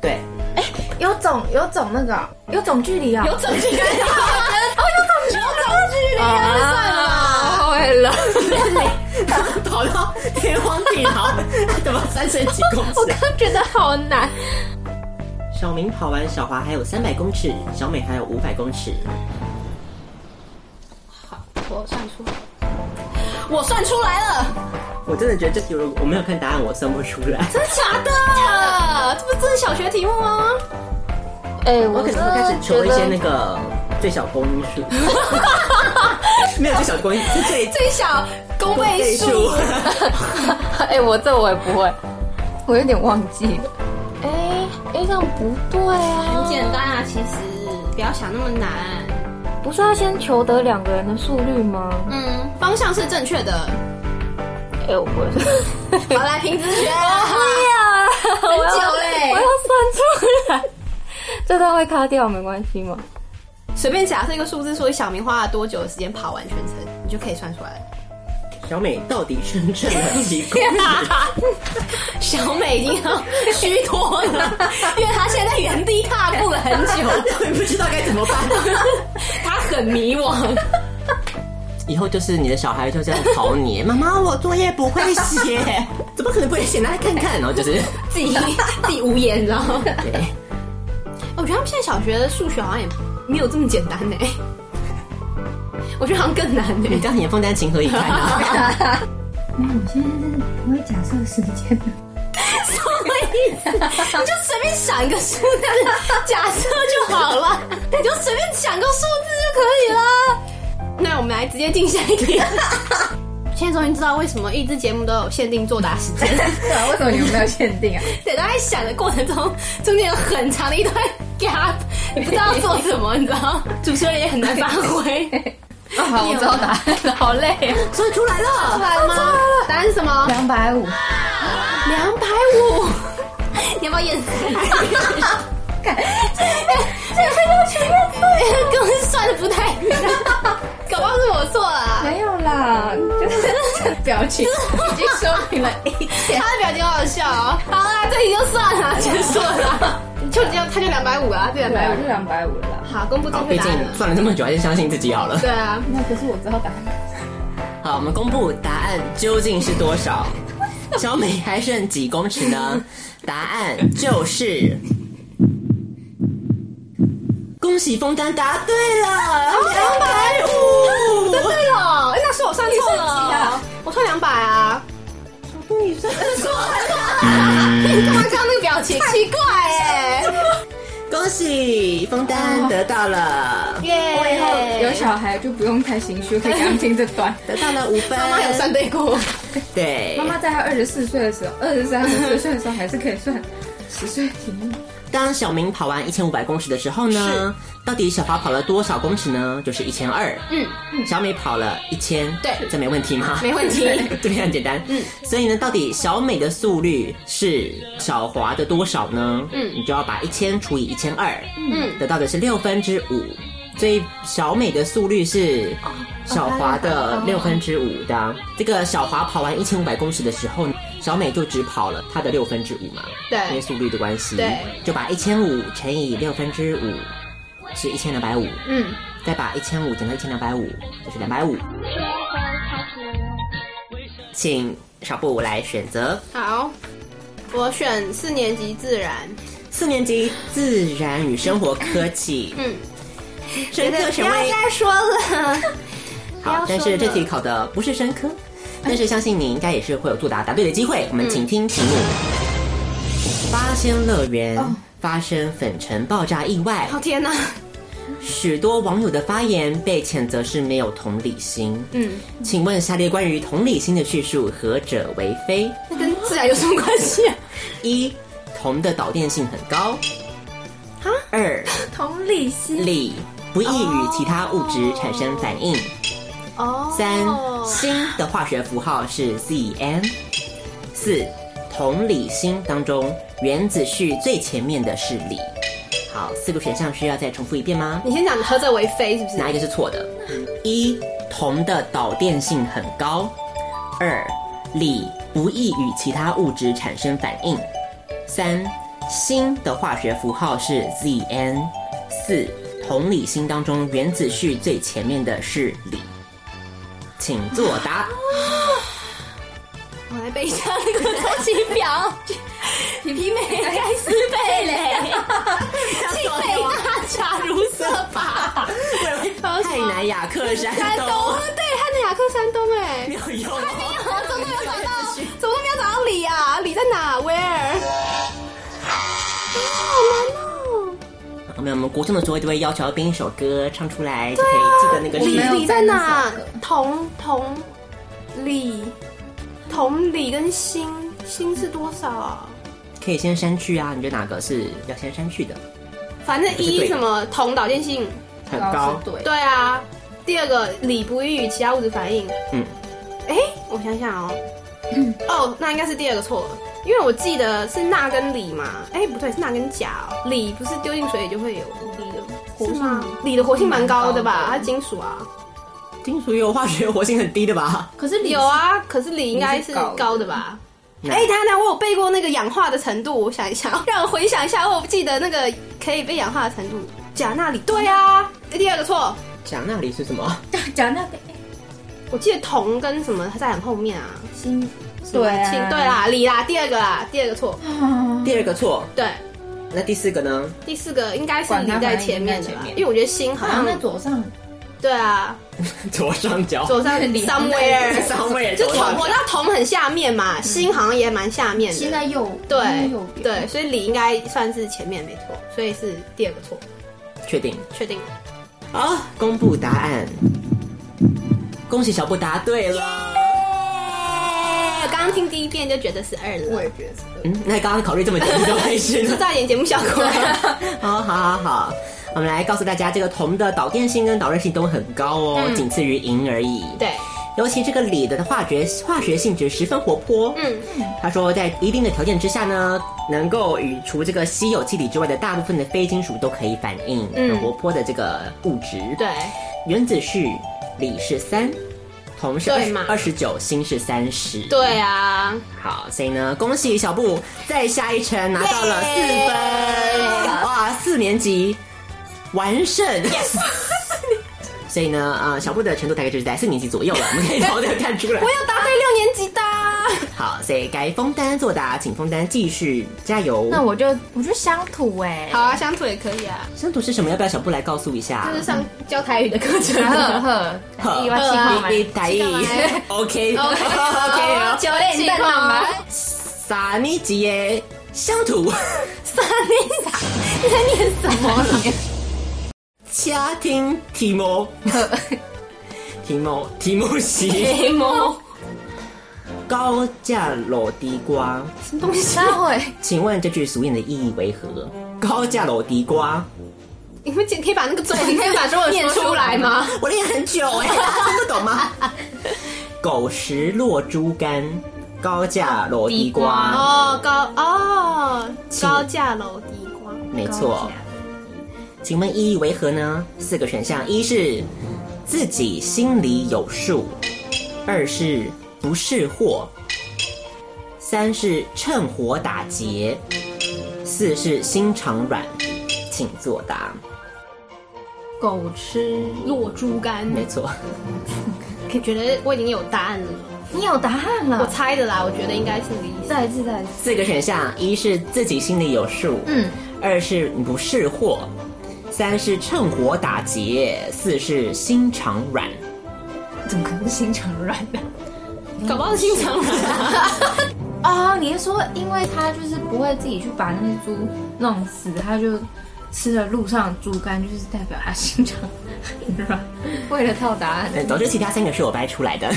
对， (laughs) 有种有种那个有种距离啊！ (laughs) 有整距离， (laughs) 哦，有啊整距离，有整距离，算了吧。会了，跑到天荒地老， (laughs) 怎么三十几公 (laughs) 尺？刚 (laughs) 觉得好难，小明跑完小华还有三百公尺，小美还有五百公尺。我算出来了，我真的觉得这题如果我没有看答案，我算不出来。真的假的？这不真的小学题目吗？哎、我我可真能会开的始觉求一些得那个最小公因 (laughs) 数，没有最小公因是最最小公倍数，哎、我这我也不会，我有点忘记了。哎哎、这样不对啊，很简单啊，其实不要想那么难。不是要先求得两个人的速率吗？嗯，方向是正确的。哎、我不会， (laughs) 好，来平直学，啊 (laughs) 我要很久嘞我要算出来。这段会卡掉，没关系吗？随便假设一个数字，说小明花了多久的时间跑完全程，你就可以算出来了。小美到底真正的几公 (laughs) 里？ (laughs) 小美已经要虚脱 (laughs) 了，因为她现在在原地踏步了很 (laughs) 久，我也不知道该怎么办。 (laughs) 她很迷惘。以后就是你的小孩就这样跑你，妈妈，我作业不会写， (laughs) 怎么可能不会写？拿来看 (laughs) 看，然后就是自 (laughs) 己自己无言，你知道吗？我觉得他们现在小学的数学好像也没有这么简单呢、我觉得好像更难呢、你当你的枫丹情何以堪啊？ (laughs) 什么意思？你就随便想一个数字，假设就好 (laughs) 了，你就随便想个数字就可以了。那我们来直接进下一题。现在终于知道为什么益智节目都有限定作答时间。对啊，为什么你们没有限定啊？对，大家在想的过程中，中间有很长的一段 gap，你不知道做什么，你知道？主持人也很难发挥。好，我知道答案了，好累啊！ (laughs) 所以出来了，出来了吗？答案是什么？两百五，两百五。你要不要验三？这这还要全面测，根本算的不太一样，搞不好是我错了啊。没有啦，就是表情已经说明了一切。他的表情好好笑哦。好啦，这题就算了，结束了。就就他就两百五啊，对两对百啊，五就。两百五啦。好，公布好，正确毕答竟案了。算了这么久，还是相信自己好了。对啊，那可是我知道答案，好，我们公布答案究竟是多少？小美还剩几公尺 (laughs) 呢？答案就是。恭喜枫丹答对了，两百五，真的有，哎那是我算错了，我错两百啊。你算错了，你干嘛这样那个表情？奇怪哎，恭喜枫丹得到了，耶！有小孩就不用太心虚，可以刚听这段。得到了五分。妈妈有算对过，对妈，妈在她二十四岁的时候，二十三、十岁的时候还是可以算十岁题目。当小明跑完一千五百公尺的时候呢，到底小华跑了多少公尺呢？就是一千二。嗯，小美跑了一千，对这没问题吗？ (laughs) 没问题 (laughs) 这边很简单。嗯，所以呢，到底小美的速率是小华的多少呢？嗯，你就要把一千除以一千二，嗯，得到的是六分之五。所以小美的速率是小华的六分之五的啊。这个小华跑完一千五百公尺的时候，小美就只跑了她的六分之五嘛， (laughs) 对因为速率的关系，对，就把一千五乘以六分之五是一千两百五，嗯，再把一千五减到一千两百五，就是两百五。请小布来选择好，我选四年级自然，四年级自然与生活科技。嗯，深科不选要位再说了， (laughs) 好，但是这题考的不是深科，嗯但是相信你应该也是会有作答答对的机会。我们请听题目：嗯八仙乐园哦发生粉尘爆炸意外，好哦 (laughs) 天哪，许多网友的发言被谴责是没有同理心。嗯，请问下列关于同理心的叙述何者为非？那跟自然有什么关系啊？一，铜的导电性很高。二， (laughs) 同理心哦锂不易与其他物质产生反应。哦三，锌的化学符号是 Zn。四，同理心当中原子序最前面的是锂。好，四个选项需要再重复一遍吗？你先讲何者为非是不是？哪一个是错的？一，铜的导电性很高；二，锂不易与其他物质产生反应；三，锌的化学符号是 Zn；四，同理心当中原子序最前面的是锂。请作答。我来背一 (laughs) 下那个周期表，皮皮妹哎开始背嘞，请北大假如色吧，泰乃雅克山山东哦东。对汉娜雅克在山东哎、没有用哦，啊，怎么都没有找到，怎么都没有找到李啊？李在哪？Where？哦我们我们国中的时候都会要求要编一首歌唱出来，就可以记得那个李是。李在哪？同同李同李跟心心是多少啊？可以先删去啊，你觉得哪个是要先删去的？反正不是一对什么同导电性，很老高师，对，对啊。第二个李不易与其他物质反应，嗯，哎、我想想哦，哦，那应该是第二个错了，因为我记得是钠跟锂嘛，哎、不对，是钠跟钾哦、锂不是丢进水里就会有锂的活性吗？锂的活性蛮高的吧？它金属啊，金属也有化学活性很低的吧？可是有啊，可是锂应该是是高的高的吧？那哎、等一下等一下，我有背过那个氧化的程度，我想一想， (laughs) 让我回想一下，我记得那个可以被氧化的程度，钾钠锂，对啊，第二个错， (laughs) 讲那里是什么？讲那个哎我记得铜跟什么它在很后面啊，心，什么对氢啊，对啦，锂啦，第二个啦，第二个错，第二个错，对，那第四个呢？第四个应该是管你它在前面的反吧正应该前，面因为我觉得心好好像像在左上，对啊， (laughs) 左上角，左上离 somewhere 上位，就左铜，上我角知。道铜很下面嘛，心好像也蛮下面的，现在右对右边对，所以李应该算是前面没错，所以是第二个错，确定。确定了。好，公布答案。恭喜小布答对了。哎我刚刚听第一遍就觉得是二了，我也觉得是嗯，那刚刚考虑这么久，你都没事 (laughs) 制呢？造一点节目效果。好好好好，我们来告诉大家，这个铜的导电性跟导热性都很高哦，仅次于银而已。，对，尤其这个锂的化学化学性质十分活泼。嗯，他说，在一定的条件之下呢，能够与除这个稀有气体之外的大部分的非金属都可以反应，嗯很活泼的这个物质。对，原子序锂是三，铜是对嘛二十九，锌是三十。对啊，好，所以呢，恭喜小布在下一城拿到了四分，哇，四年级完胜。所以呢，呃，小布的程度大概就是在四年级左右了，我们可以从这看出来。我有答对六年级的。好，所以该封单作答，请封单继续加油。那我就我就乡土哎、好啊，乡土也可以啊，乡土是什么？要不要小布来告诉一下就？是上教台语的课程然啊。后呵，意外情况好吗？你台语，OK，OK，OK 哦。九点情况吗？三年级的乡 (laughs) 土，三年啥？你在念什么？请听题 (laughs) 目，题目，题目是。黑猫高价裸地瓜，什么东西？待会请问这句俗谚的意义为何？高价裸地瓜，你们可以把那个中文，你可以把中文念出来吗？我练很久 (laughs) 哎、大家听得懂吗？狗食落猪肝，高价裸地瓜，哦，高哦，请高价楼地瓜。没错。请问意义为何呢？四个选项，一是自己心里有数，二是不是货，三是趁火打劫，四是心肠软。请作答，狗吃，落猪肝，没错。可觉得我已经有答案了。你有答案我了。猜的啦，我觉得应该是你的意思。再一次，再一次。四个选项，一是自己心里有数，嗯，二是不是货，三是趁火打劫，四是心肠软。怎么可能心肠软的？搞不好是啊心肠 (laughs) 软。哦，你是说因为他就是不会自己去把那只猪弄死，他就吃了路上的猪肝，就是代表他心肠很软。为了套答案，嗯，总之其他三个是我掰出来的，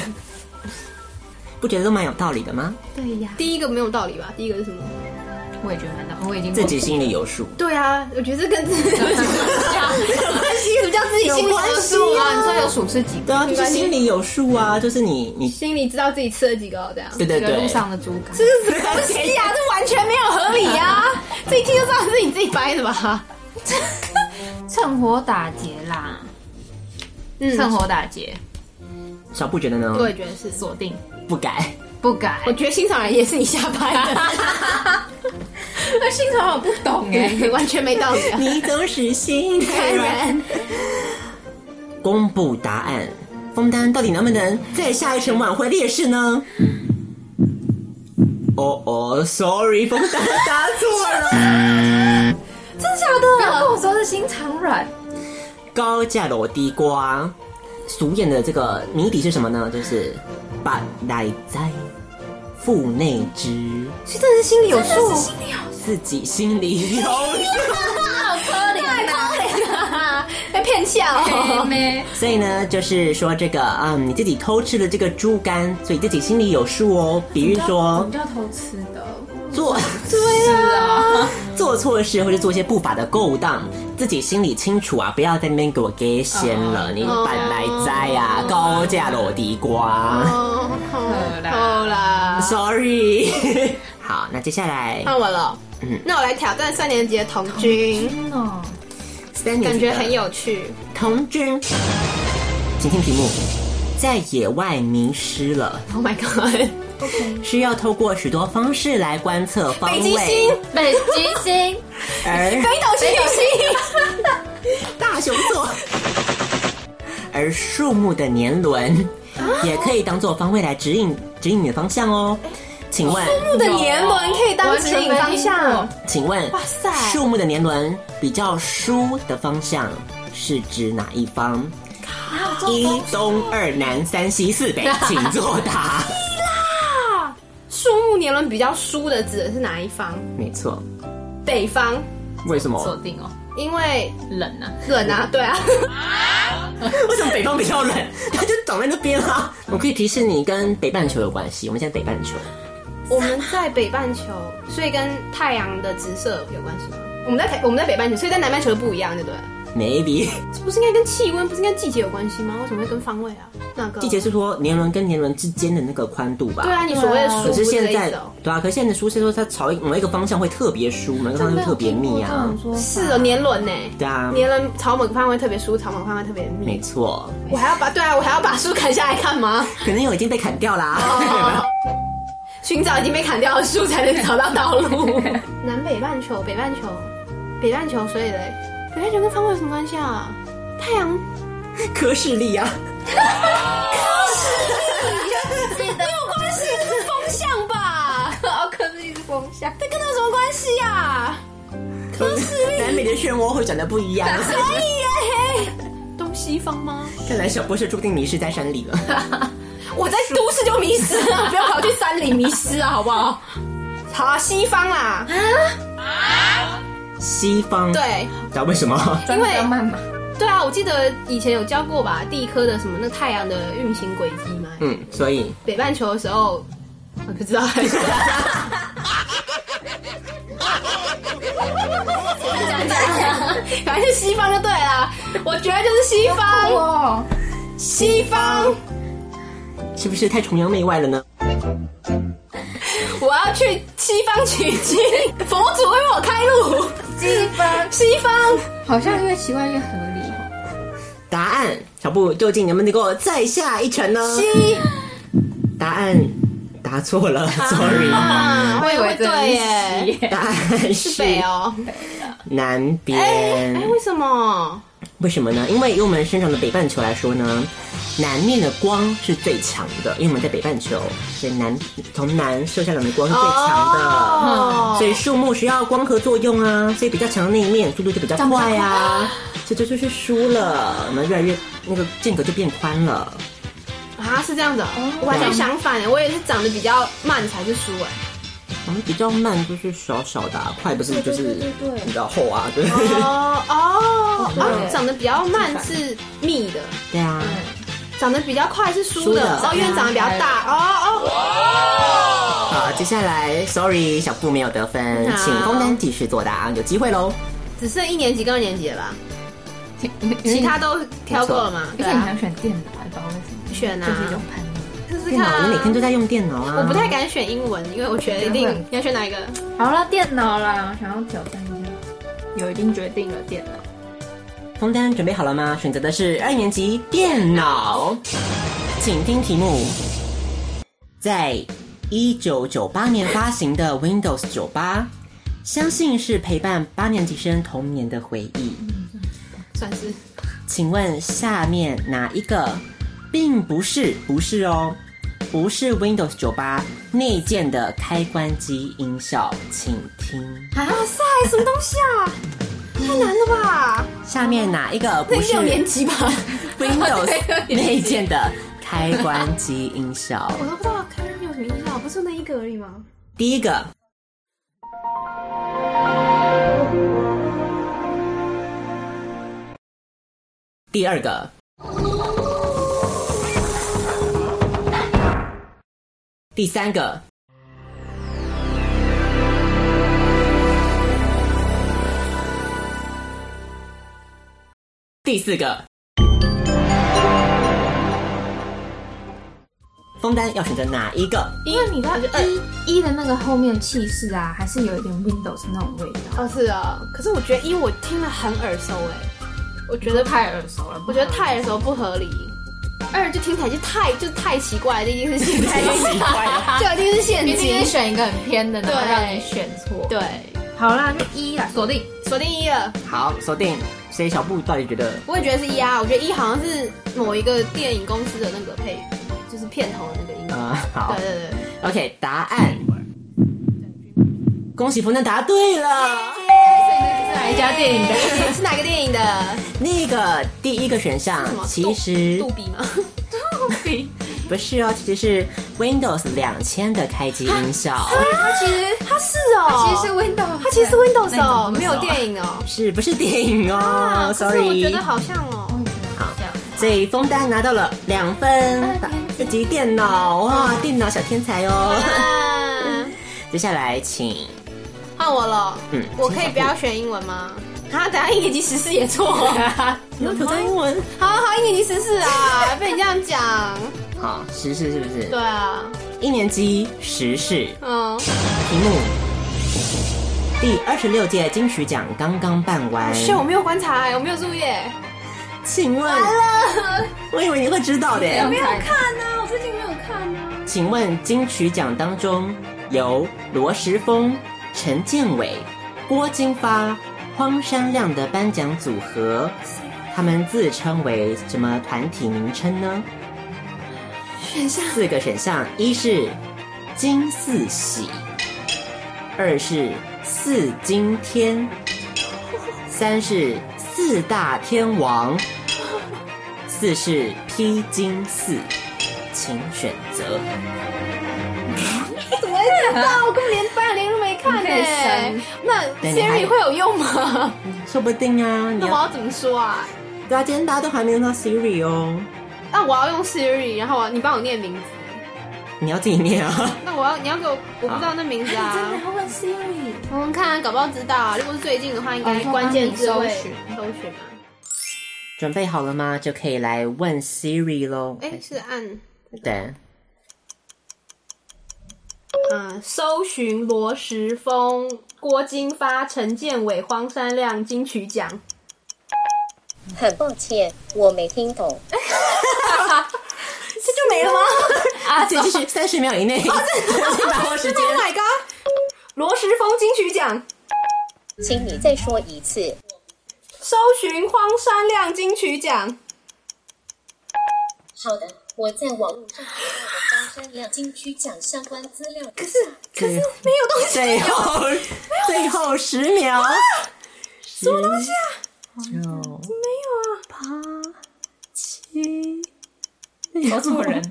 (laughs) 不觉得都蛮有道理的吗？对呀，第一个没有道理吧？第一个是什么？我也觉得蛮好，我已经自己心里有 (laughs) 数，对啊，我觉得这跟自己 (laughs) 有 (laughs) 关系，什么叫自己心里有数啊，你说有数是几个？对啊，就是心里有数啊，就是你你心里知道自己吃了几个哦，这样。对对几个对路，上的猪肝，这是什么东西啊？这完全没有合理 (laughs) 啊！这一听就知道是你自己掰的吧？趁火打劫啦，嗯趁火打劫，小布觉得呢？ (laughs) 我也觉得是。锁定不 (laughs) 改，不改我。觉得欣赏人也是你瞎掰的，那心肠我不懂哎，对完全没道理啊！你总是心太软。公布答案，枫丹到底能不能在下一城挽回劣势呢？哦哦，sorry，枫丹答错了。不要跟我说是心肠软，高价楼地瓜，俗谚的这个谜底是什么呢？就是把奶在腹内之，是真的是心里有数，自己心里有数。被骗 (laughs) 笑、哎哦，所以呢，就是说这个，嗯，你自己偷吃的这个猪肝，所以自己心里有数哦。比喻我说们叫偷吃的，做对啊，做错事或者做一些不法的勾当，自己心里清楚啊，不要在那边给我给先哦了，你本来在啊，高价落地瓜、哦，好啦，好啦， s o r r y (laughs) 好，那接下来换我了。那我来挑战三年级的童军，三年感级的觉很有趣。童军，请听题目，在野外迷失了。 Oh my god！需要透过许多方式来观测方北位，极星， (laughs) 北极星，而北斗七星，大熊 (laughs) 座，而树木的年轮啊也可以当做方位来指引指引你的方向哦。请问，树的年轮可以当指引方向。请问，哇塞，树木的年轮比较疏的方向是指哪一方？一东二南三西四 (laughs) 北，请作答。树木年轮比较疏的指的是哪一方？没错，北方，为什锁么？定哦，因为冷啊，冷啊， (laughs) 对啊，为什么北方比较冷？它就长在那边啊。我可以提示你，跟北半球有关系。我们现在北半球。我们在北半球，所以跟太阳的直射有关系吗？我们在台我们在北半球，所以在南半球不一样，对不对？ maybe 这不是应该跟气温，不是应该季节有关系吗？为什么会跟方位啊？那个季节是说年轮跟年轮之间的那个宽度吧？对啊，你所谓的可疏是不是现这在一种。对啊，可是现在的书是说它朝某一个方向会特别疏，某一个方向会特别密啊。是哦，年轮呢？对啊，年轮朝某个方位特别疏，朝某个方位特别密。没错，我还要把对啊，我还要把树砍下来看吗？可能有已经被砍掉啊 (laughs) 哦啦。寻找已经被砍掉的树才能找到道路。 (laughs) 南北半球，北半球，北半球，所以嘞，北半球跟方位有什么关系啊？太阳，科氏力啊，关系是风向吧？哦，可是一直风向， (laughs) 这跟它有什么关系呀、啊？科氏力，南北的漩涡会转得不一 (laughs) 样。哎东西方吗？看来小博士注定迷失在山里了。我在都市就迷失了，不要跑去山里迷失啊，好不好？好啊，西方啦，西方，对，知道为什么？因为慢嘛，对啊，我记得以前有教过吧，地科的什么那太阳的运行轨迹嘛。嗯，所以北半球的时候，我不知道。反正是西方就对了，我觉得就是西 (laughs) 方，哇，西方，是不是太崇洋媚外了呢？我要去西方取 (laughs) 经，佛祖为我开路。西方，西方，好像越奇怪越合理哦。答案，小布究竟能不能给我再下一城呢？答案答错了，sorry。啊，我以为对耶，答案是是北哦。南边。哎哎，为什么？为什么呢？因为以我们生长的北半球来说呢，南面的光是最强的，因为我们在北半球，所以南从南射下来的光是最强的。哦所以树木需要光合作用啊，所以比较强的那一面速度就比较快哦啊，所以这就是输了，我们越来越那个间隔就变宽了。啊，是这样子、哦，完全相反的，我也是长得比较慢才是输哎、我们比较慢就是小小的、啊，快不是就是比较厚啊，对哦哦哦，长得比较慢是密的，对啊，长得比较快是输输的，的哦，因为长得比较大，哦哦，好，接下来，sorry，小布没有得分，好请枫丹继续作答，有机会喽。只剩一年级跟二年级了吧，其他都挑过了嘛？而对且你啊，想选电脑，不知道为什么，选啊就，是一种叛逆。试试电看、脑，你每天啊。都在用电脑啊。我不太。敢选英文，因为我觉得一定你要选哪一个？好了，电脑啦，想要挑战一下，有已经决定了电脑。枫丹准备好了吗？选择的是二年级电脑，请听题目。在一九九八年发行的 Windows 九八，相信是陪伴八年级生童年的回忆。算是请问下面哪一个并不是不是哦，不是 Windows 九八内建的开关机音效，请听。啊塞，什么东西啊？太难了吧？下面哪一个那不一是六年级吧， (laughs) Windows 内建的开关机音效？我都不知道开关有什么音啊效，不是那一个而已吗？第一个，第二个，第三个，第四个。枫丹要选择哪一个？因为你的一一的那个后面气势啊，还是有一点 Windows 那种味道，哦，是啊，可是我觉得一我听了很耳熟哎，我觉得太耳熟了。我觉得太耳熟不合理。二就听起来就太就太奇怪了，这一定是陷 (laughs) 阱，就一定是陷一定阱是。选一个很偏的，然后对让你选错。对，好啦，就一啦，锁定。锁定一了，好，锁定。所以小布到底觉得我也觉得是一啊。我觉得一好像是某一个电影公司的那个配，就是片头的那个音乐。呃好对对对， ？OK，答案。恭喜冯丹答对了。是哪一家电影的？ (laughs) 是哪个电影的？那个第一个选项什么？其实杜比 (laughs) 吗？不是哦，其实是 Windows 两千的开机音效，它啊其实它是哦，其实 Windows，它其实是 Windows 哦，没没有有电影哦。是不是电影哦啊可是我？Sorry 觉。得好像哦，好，所以枫丹拿到了两分，哎这集电脑哇，电脑小天才哦。啊接下来请换我了。嗯我可以不要选英文吗？啊，等下一年级十四也错。好有挑战英文。好，一年级十四啊，被你这样讲。好，时事是不是？对啊，一年级时事。嗯，题目：第二十六届金曲奖刚刚办完，是啊我没有观察、欸，我没有注意、欸。请问，我以为你会知道的。没有看。啊请问金曲奖当中由罗时丰、陈建伟、郭金发、荒山亮的颁奖组合，他们自称为什么团体名称呢？选项四个选项，一是金四喜，二是四金天，三是四大天王， (laughs) 四是披金四，请选择。啊，我根本连半年都没看呢、你那对你还 Siri 会有用吗？说不定啊，你那我要要怎么说啊？对啊，今天大家都还没用到 Siri 哦，那我要用 Siri，然后我你帮我念名字。你要自己念啊。 (laughs) 那我要你要给我，我不知道那名字啊。然后问 Siri，我们看啊，搞不好知道啊。如果是最近的话，应该哦就帮关键字会你搜寻搜寻啊嘛。准备好了吗？就可以来问 Siri 喽。哎、是按对，嗯，搜寻罗时丰、郭金发、陈建伟、荒山亮金曲奖。很抱歉，我没听懂。 (laughs) 这就没 (laughs) 了吗啊，且继续三十秒以内，先把握时间。 ？Oh my god！罗时丰金曲奖，请你再说一次。搜寻荒山亮金曲奖。好的，我在网络上找到了张山亮金曲奖相关资料。可是可是没有东西。最后，最后十秒。什么东西啊？九说错人，人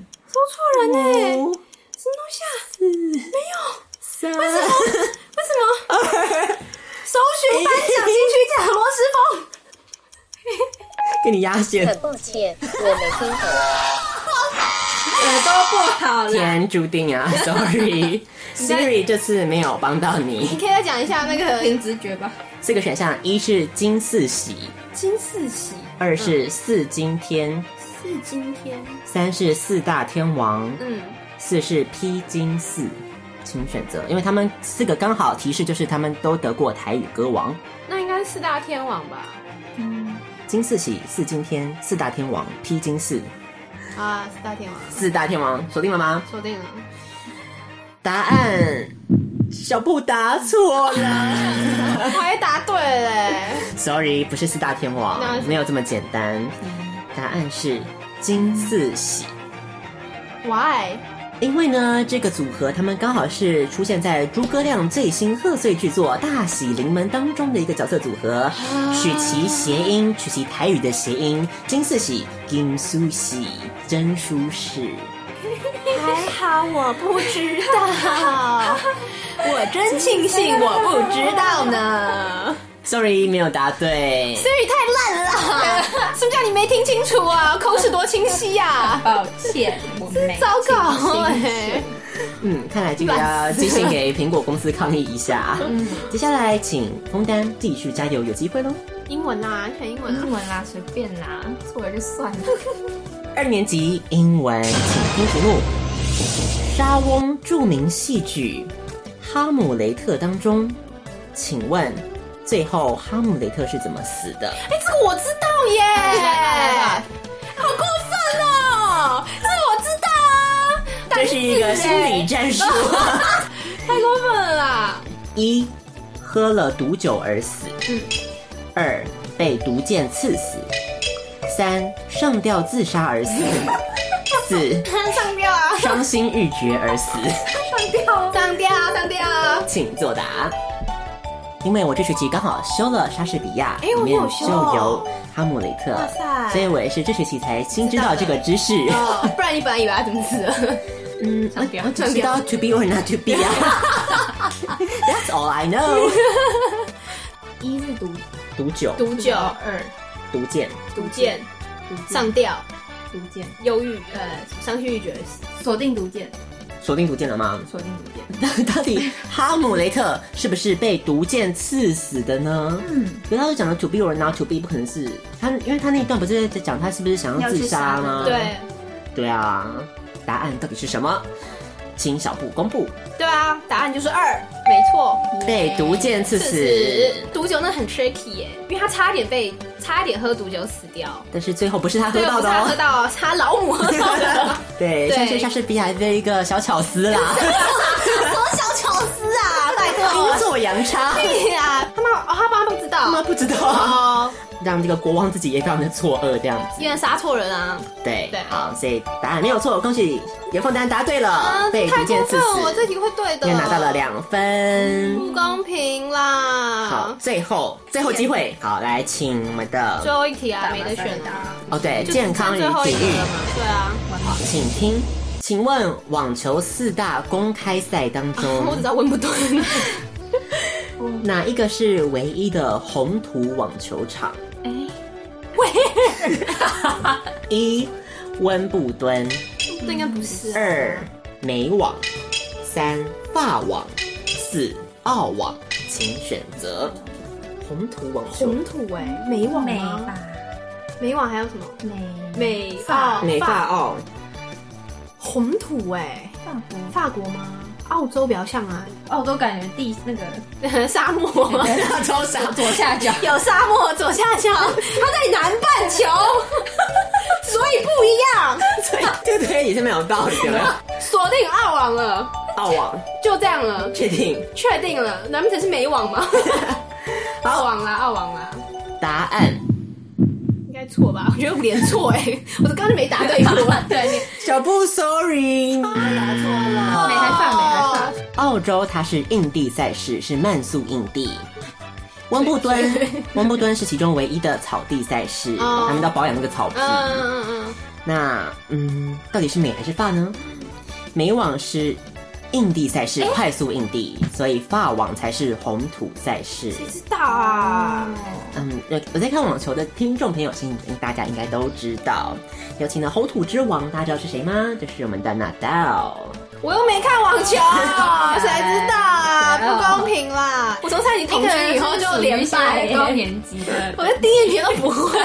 呢？什么东西啊？没有。三。为什么？搜寻颁奖金曲奖，罗时丰。给你压线。很抱歉，我没听懂。天注定啊 (laughs) ，sorry。Siri 这次没有帮到你你。可以再讲一下那个凭直觉吧。四个选项，一是金四喜，金四喜二是四金天，是今天，三是四大天王，嗯，四是披金四，请选择，因为他们四个刚好提示就是他们都得过台语歌王。那应该是四大天王吧？金四喜、四金天、四大天王、披金四，啊，四大天王，四大天王锁定了吗？说定了。答案小布答错了 (laughs) 我还答对了嘞， ，sorry，不是四大天王那，是嗯没有这么简单。答案是金四喜。 (laughs) why？因为呢，这个组合他们刚好是出现在诸葛亮最新贺岁剧作《大喜临门》当中的一个角色组合，取其谐音，取其台语的谐音，金四喜、金苏喜、真舒适。还好我不知道， (laughs) 我真庆幸我不知道呢。 Sorry，没有答对。 Siri 太烂 (laughs) 了啦，是不是叫你没听清楚啊？口齿多清晰 (laughs) 呀、啊！抱歉，我没。糟糕哎、嗯，看来这个要寄信给苹果公司抗议一下。嗯，接下来请枫丹继续加油，有机会喽。英文啊，全英文啊英。文啦，随便啦，错了就算了。二年级英文，请听题目：莎翁著名戏剧《哈姆雷特》当中，请问最后哈姆雷特是怎么死的？哎、这个我知道 (laughs) 耶，好过分哦！这个我知道啊，这是一个心理战术。 (laughs) 太过分了啦！嗯一，喝了毒酒而死；二，被毒箭刺死；三，上吊自杀而 (laughs) 死；四，上吊啊，伤心欲绝而死。上吊啊，上吊啊！请作答。因为我这学期刚好修了莎士比亚，哎我里面有修就哦有哈姆雷特，塞所以我也是这学期才新知道这个知识。 (laughs) 哦，不然你本来以为他怎么死 (laughs) 的？嗯，我标我只知道 to be or not to be 啊，That's all I (laughs) know。一是毒毒酒、毒酒、二毒箭，毒箭、上吊、毒箭，嗯忧郁，呃，伤心欲绝而死。锁定毒箭，锁定毒箭了吗？锁定毒箭。 (laughs) 到底哈姆雷特是不是被毒箭刺死的呢？嗯，因为他就讲了 to be or not to be，不可能是他，因为他那一段不是在讲他是不是想要要去自杀杀吗？对，对啊，答案到底是什么？请小布公布。对啊，答案就是二，没错。被毒箭刺刺死，死毒酒那很 tricky 耶、因为他差点被差点喝毒酒死掉。但是最后不是他喝对，到啊不是的他喝哦。到，是他老母喝到的。 (laughs) 对，对像是莎士比亚的一个小巧思啦，什么小巧思啊，拜阴 (laughs) 托！错阳差，对呀，他妈哦，他妈不知他妈道不知道啊，哦，让这个国王自己也非常的错愕这样子。因为杀错人啊！对，对好，所以答案没有错，恭喜严凤丹答对了，啊，哦被这毒太箭过刺分了，我死，这题会对的。也拿到了，两分。不公平啦！好，，最后最后机会，好，来请我们最的后一题啊，没得选啊，哦，对，就健康与只剩最后体一题育了，嘛。对啊，好，请听，请问网球四大公开赛当中， (laughs) 我只知道温布顿。哪一个是唯一的红土网球场？哎，喂，一温布敦，这应该不是啊二美网，三法网，四澳网，请选择。红土网球，红土哎，美网美吗？吧，美网还有什么？美美哦澳美法哦澳， (laughs) 红土哎，法国法国吗？澳洲比较像啊，哦，我都感觉地那 (laughs) 个沙漠。大洲啥左下角有沙漠左下角，它在南半 (laughs) 球，所以不一样。这个推理是没有道理 (laughs) 的。锁定澳网了，澳网，就这样了，确定确定了。难不成是美网 (laughs) 吗？澳网啦，澳网啦，答案。应该错吧？我觉得五连错哎、我刚刚就没答对过。 (laughs) 对，小布，sorry，美还放美还放。澳洲它是硬地赛事，是慢速硬地。温布敦，温布敦是其中唯一的草地赛事，哦他们要保养那个草皮。嗯嗯嗯那嗯，到底是美还是法呢？美网是硬地赛事，快速硬地，所以法网才是红土赛事。嗯，知道啊。嗯，有有在看网球的听众朋友，相信大家应该都知道，有请的红土之王，大家知道是谁吗？就是我们的纳豆。我又没看网 (laughs) 球，谁知道啊？不公平啦！我从蔡你同学以后就连败是属于现在高年级 (laughs) 的我连第一题都不会、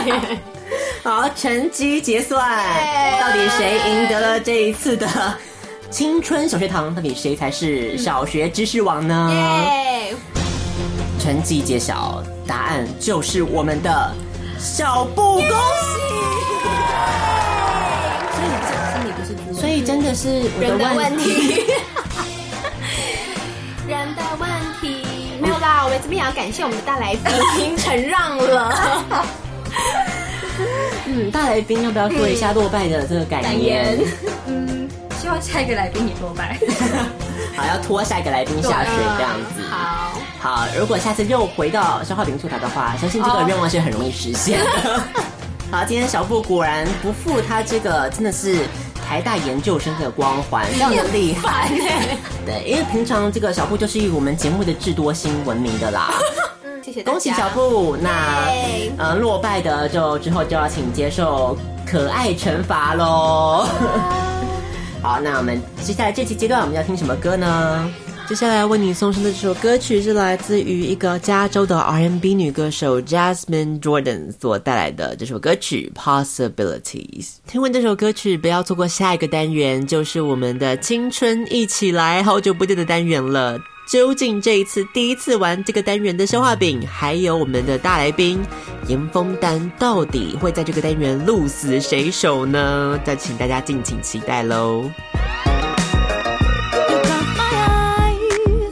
好，成绩结算，耶到底谁赢得了这一次的青春小学堂？到底谁才是小学知识王呢？耶！成绩揭晓，答案就是我们的小布恭喜。所以真的是我的人的问问 (laughs) 题，人的问题没有啦。我们这边也要感谢我们的大来宾承让了，嗯，大来宾要不要说一下落败的这个感感言言？希望下一个来宾也多拜。好，要拖下一个来宾下水这样子。啊好，好，如果下次又回到消化饼吐槽的话，相信这哦个愿望是很容易实现的。 (laughs) 好，今天小布果然不负他这个真的是台大研究生的光环，非常的厉害。欸对，因为平常这个小布就是以我们节目的智多星闻名的 (laughs) 啦。嗯谢谢大家，恭喜小布，那呃落败的就之后就要请接受可爱惩罚喽。好，那我们接下来这期阶段我们要听什么歌呢？接下来为你送上的这首歌曲是来自于一个加州的 R&B 女歌手 Jasmine Jordan 所带来的这首歌曲《Possibilities》。听完这首歌曲，不要错过下一个单元，就是我们的青春一起来，好久不见的单元了。究竟这一次第一次玩这个单元的消化饼，还有我们的大来宾严峰丹，到底会在这个单元鹿死谁手呢？再请大家敬请期待喽。 You caught my eye.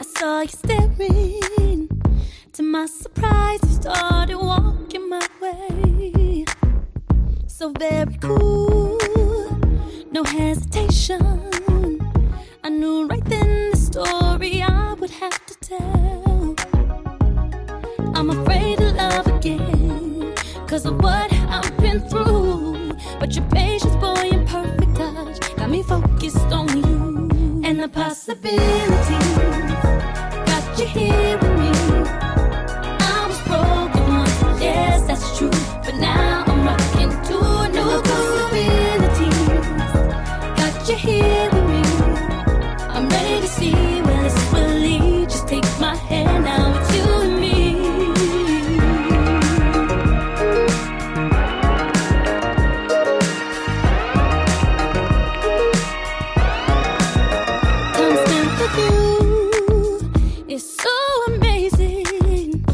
I saw you staring. To my surprise, you started walking my way. So very cool, no hesitation. I knew right then the story I would have to tell. I'm afraid of love again. Cause of what I've been through. But your patience, boy, and perfect touch got me focused on you. And the possibilities got you here with me. I was broken once, yes, that's true. But now I'm rocking to a new possibilities. Got you here with me. I'm ready to see where this will lead. Just take my hand now, it's you and me. Time spent with you is so amazing.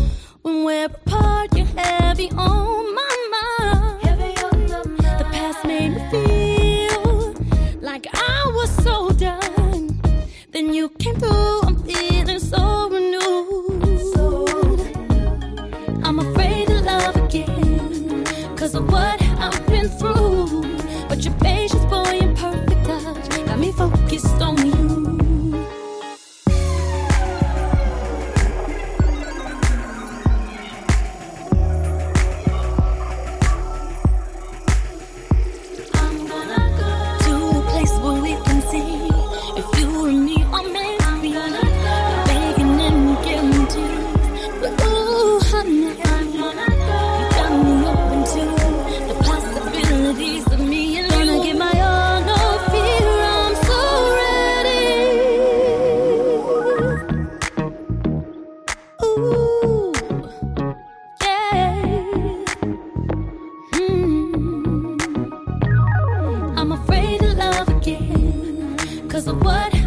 When we're apart, you're heavy on my mind. The past made me feel like I was so done. Then you came through, I'm feeling so renewed. I'm afraid of love again. Cause of what I've been through. But your patience, boy, and perfect touch got me focused on you. I'm gonna go to a place where we can see if you and me are meant to be. Begging and guarantees, but ooh, honey, I'm gonna go. You got me open to the possibilities of me and you. Gonna give my all, no fear. I'm so ready. Ooh, yeah. Hmm. Mm. I'm afraid of love again. Cause of what Mm-hmm.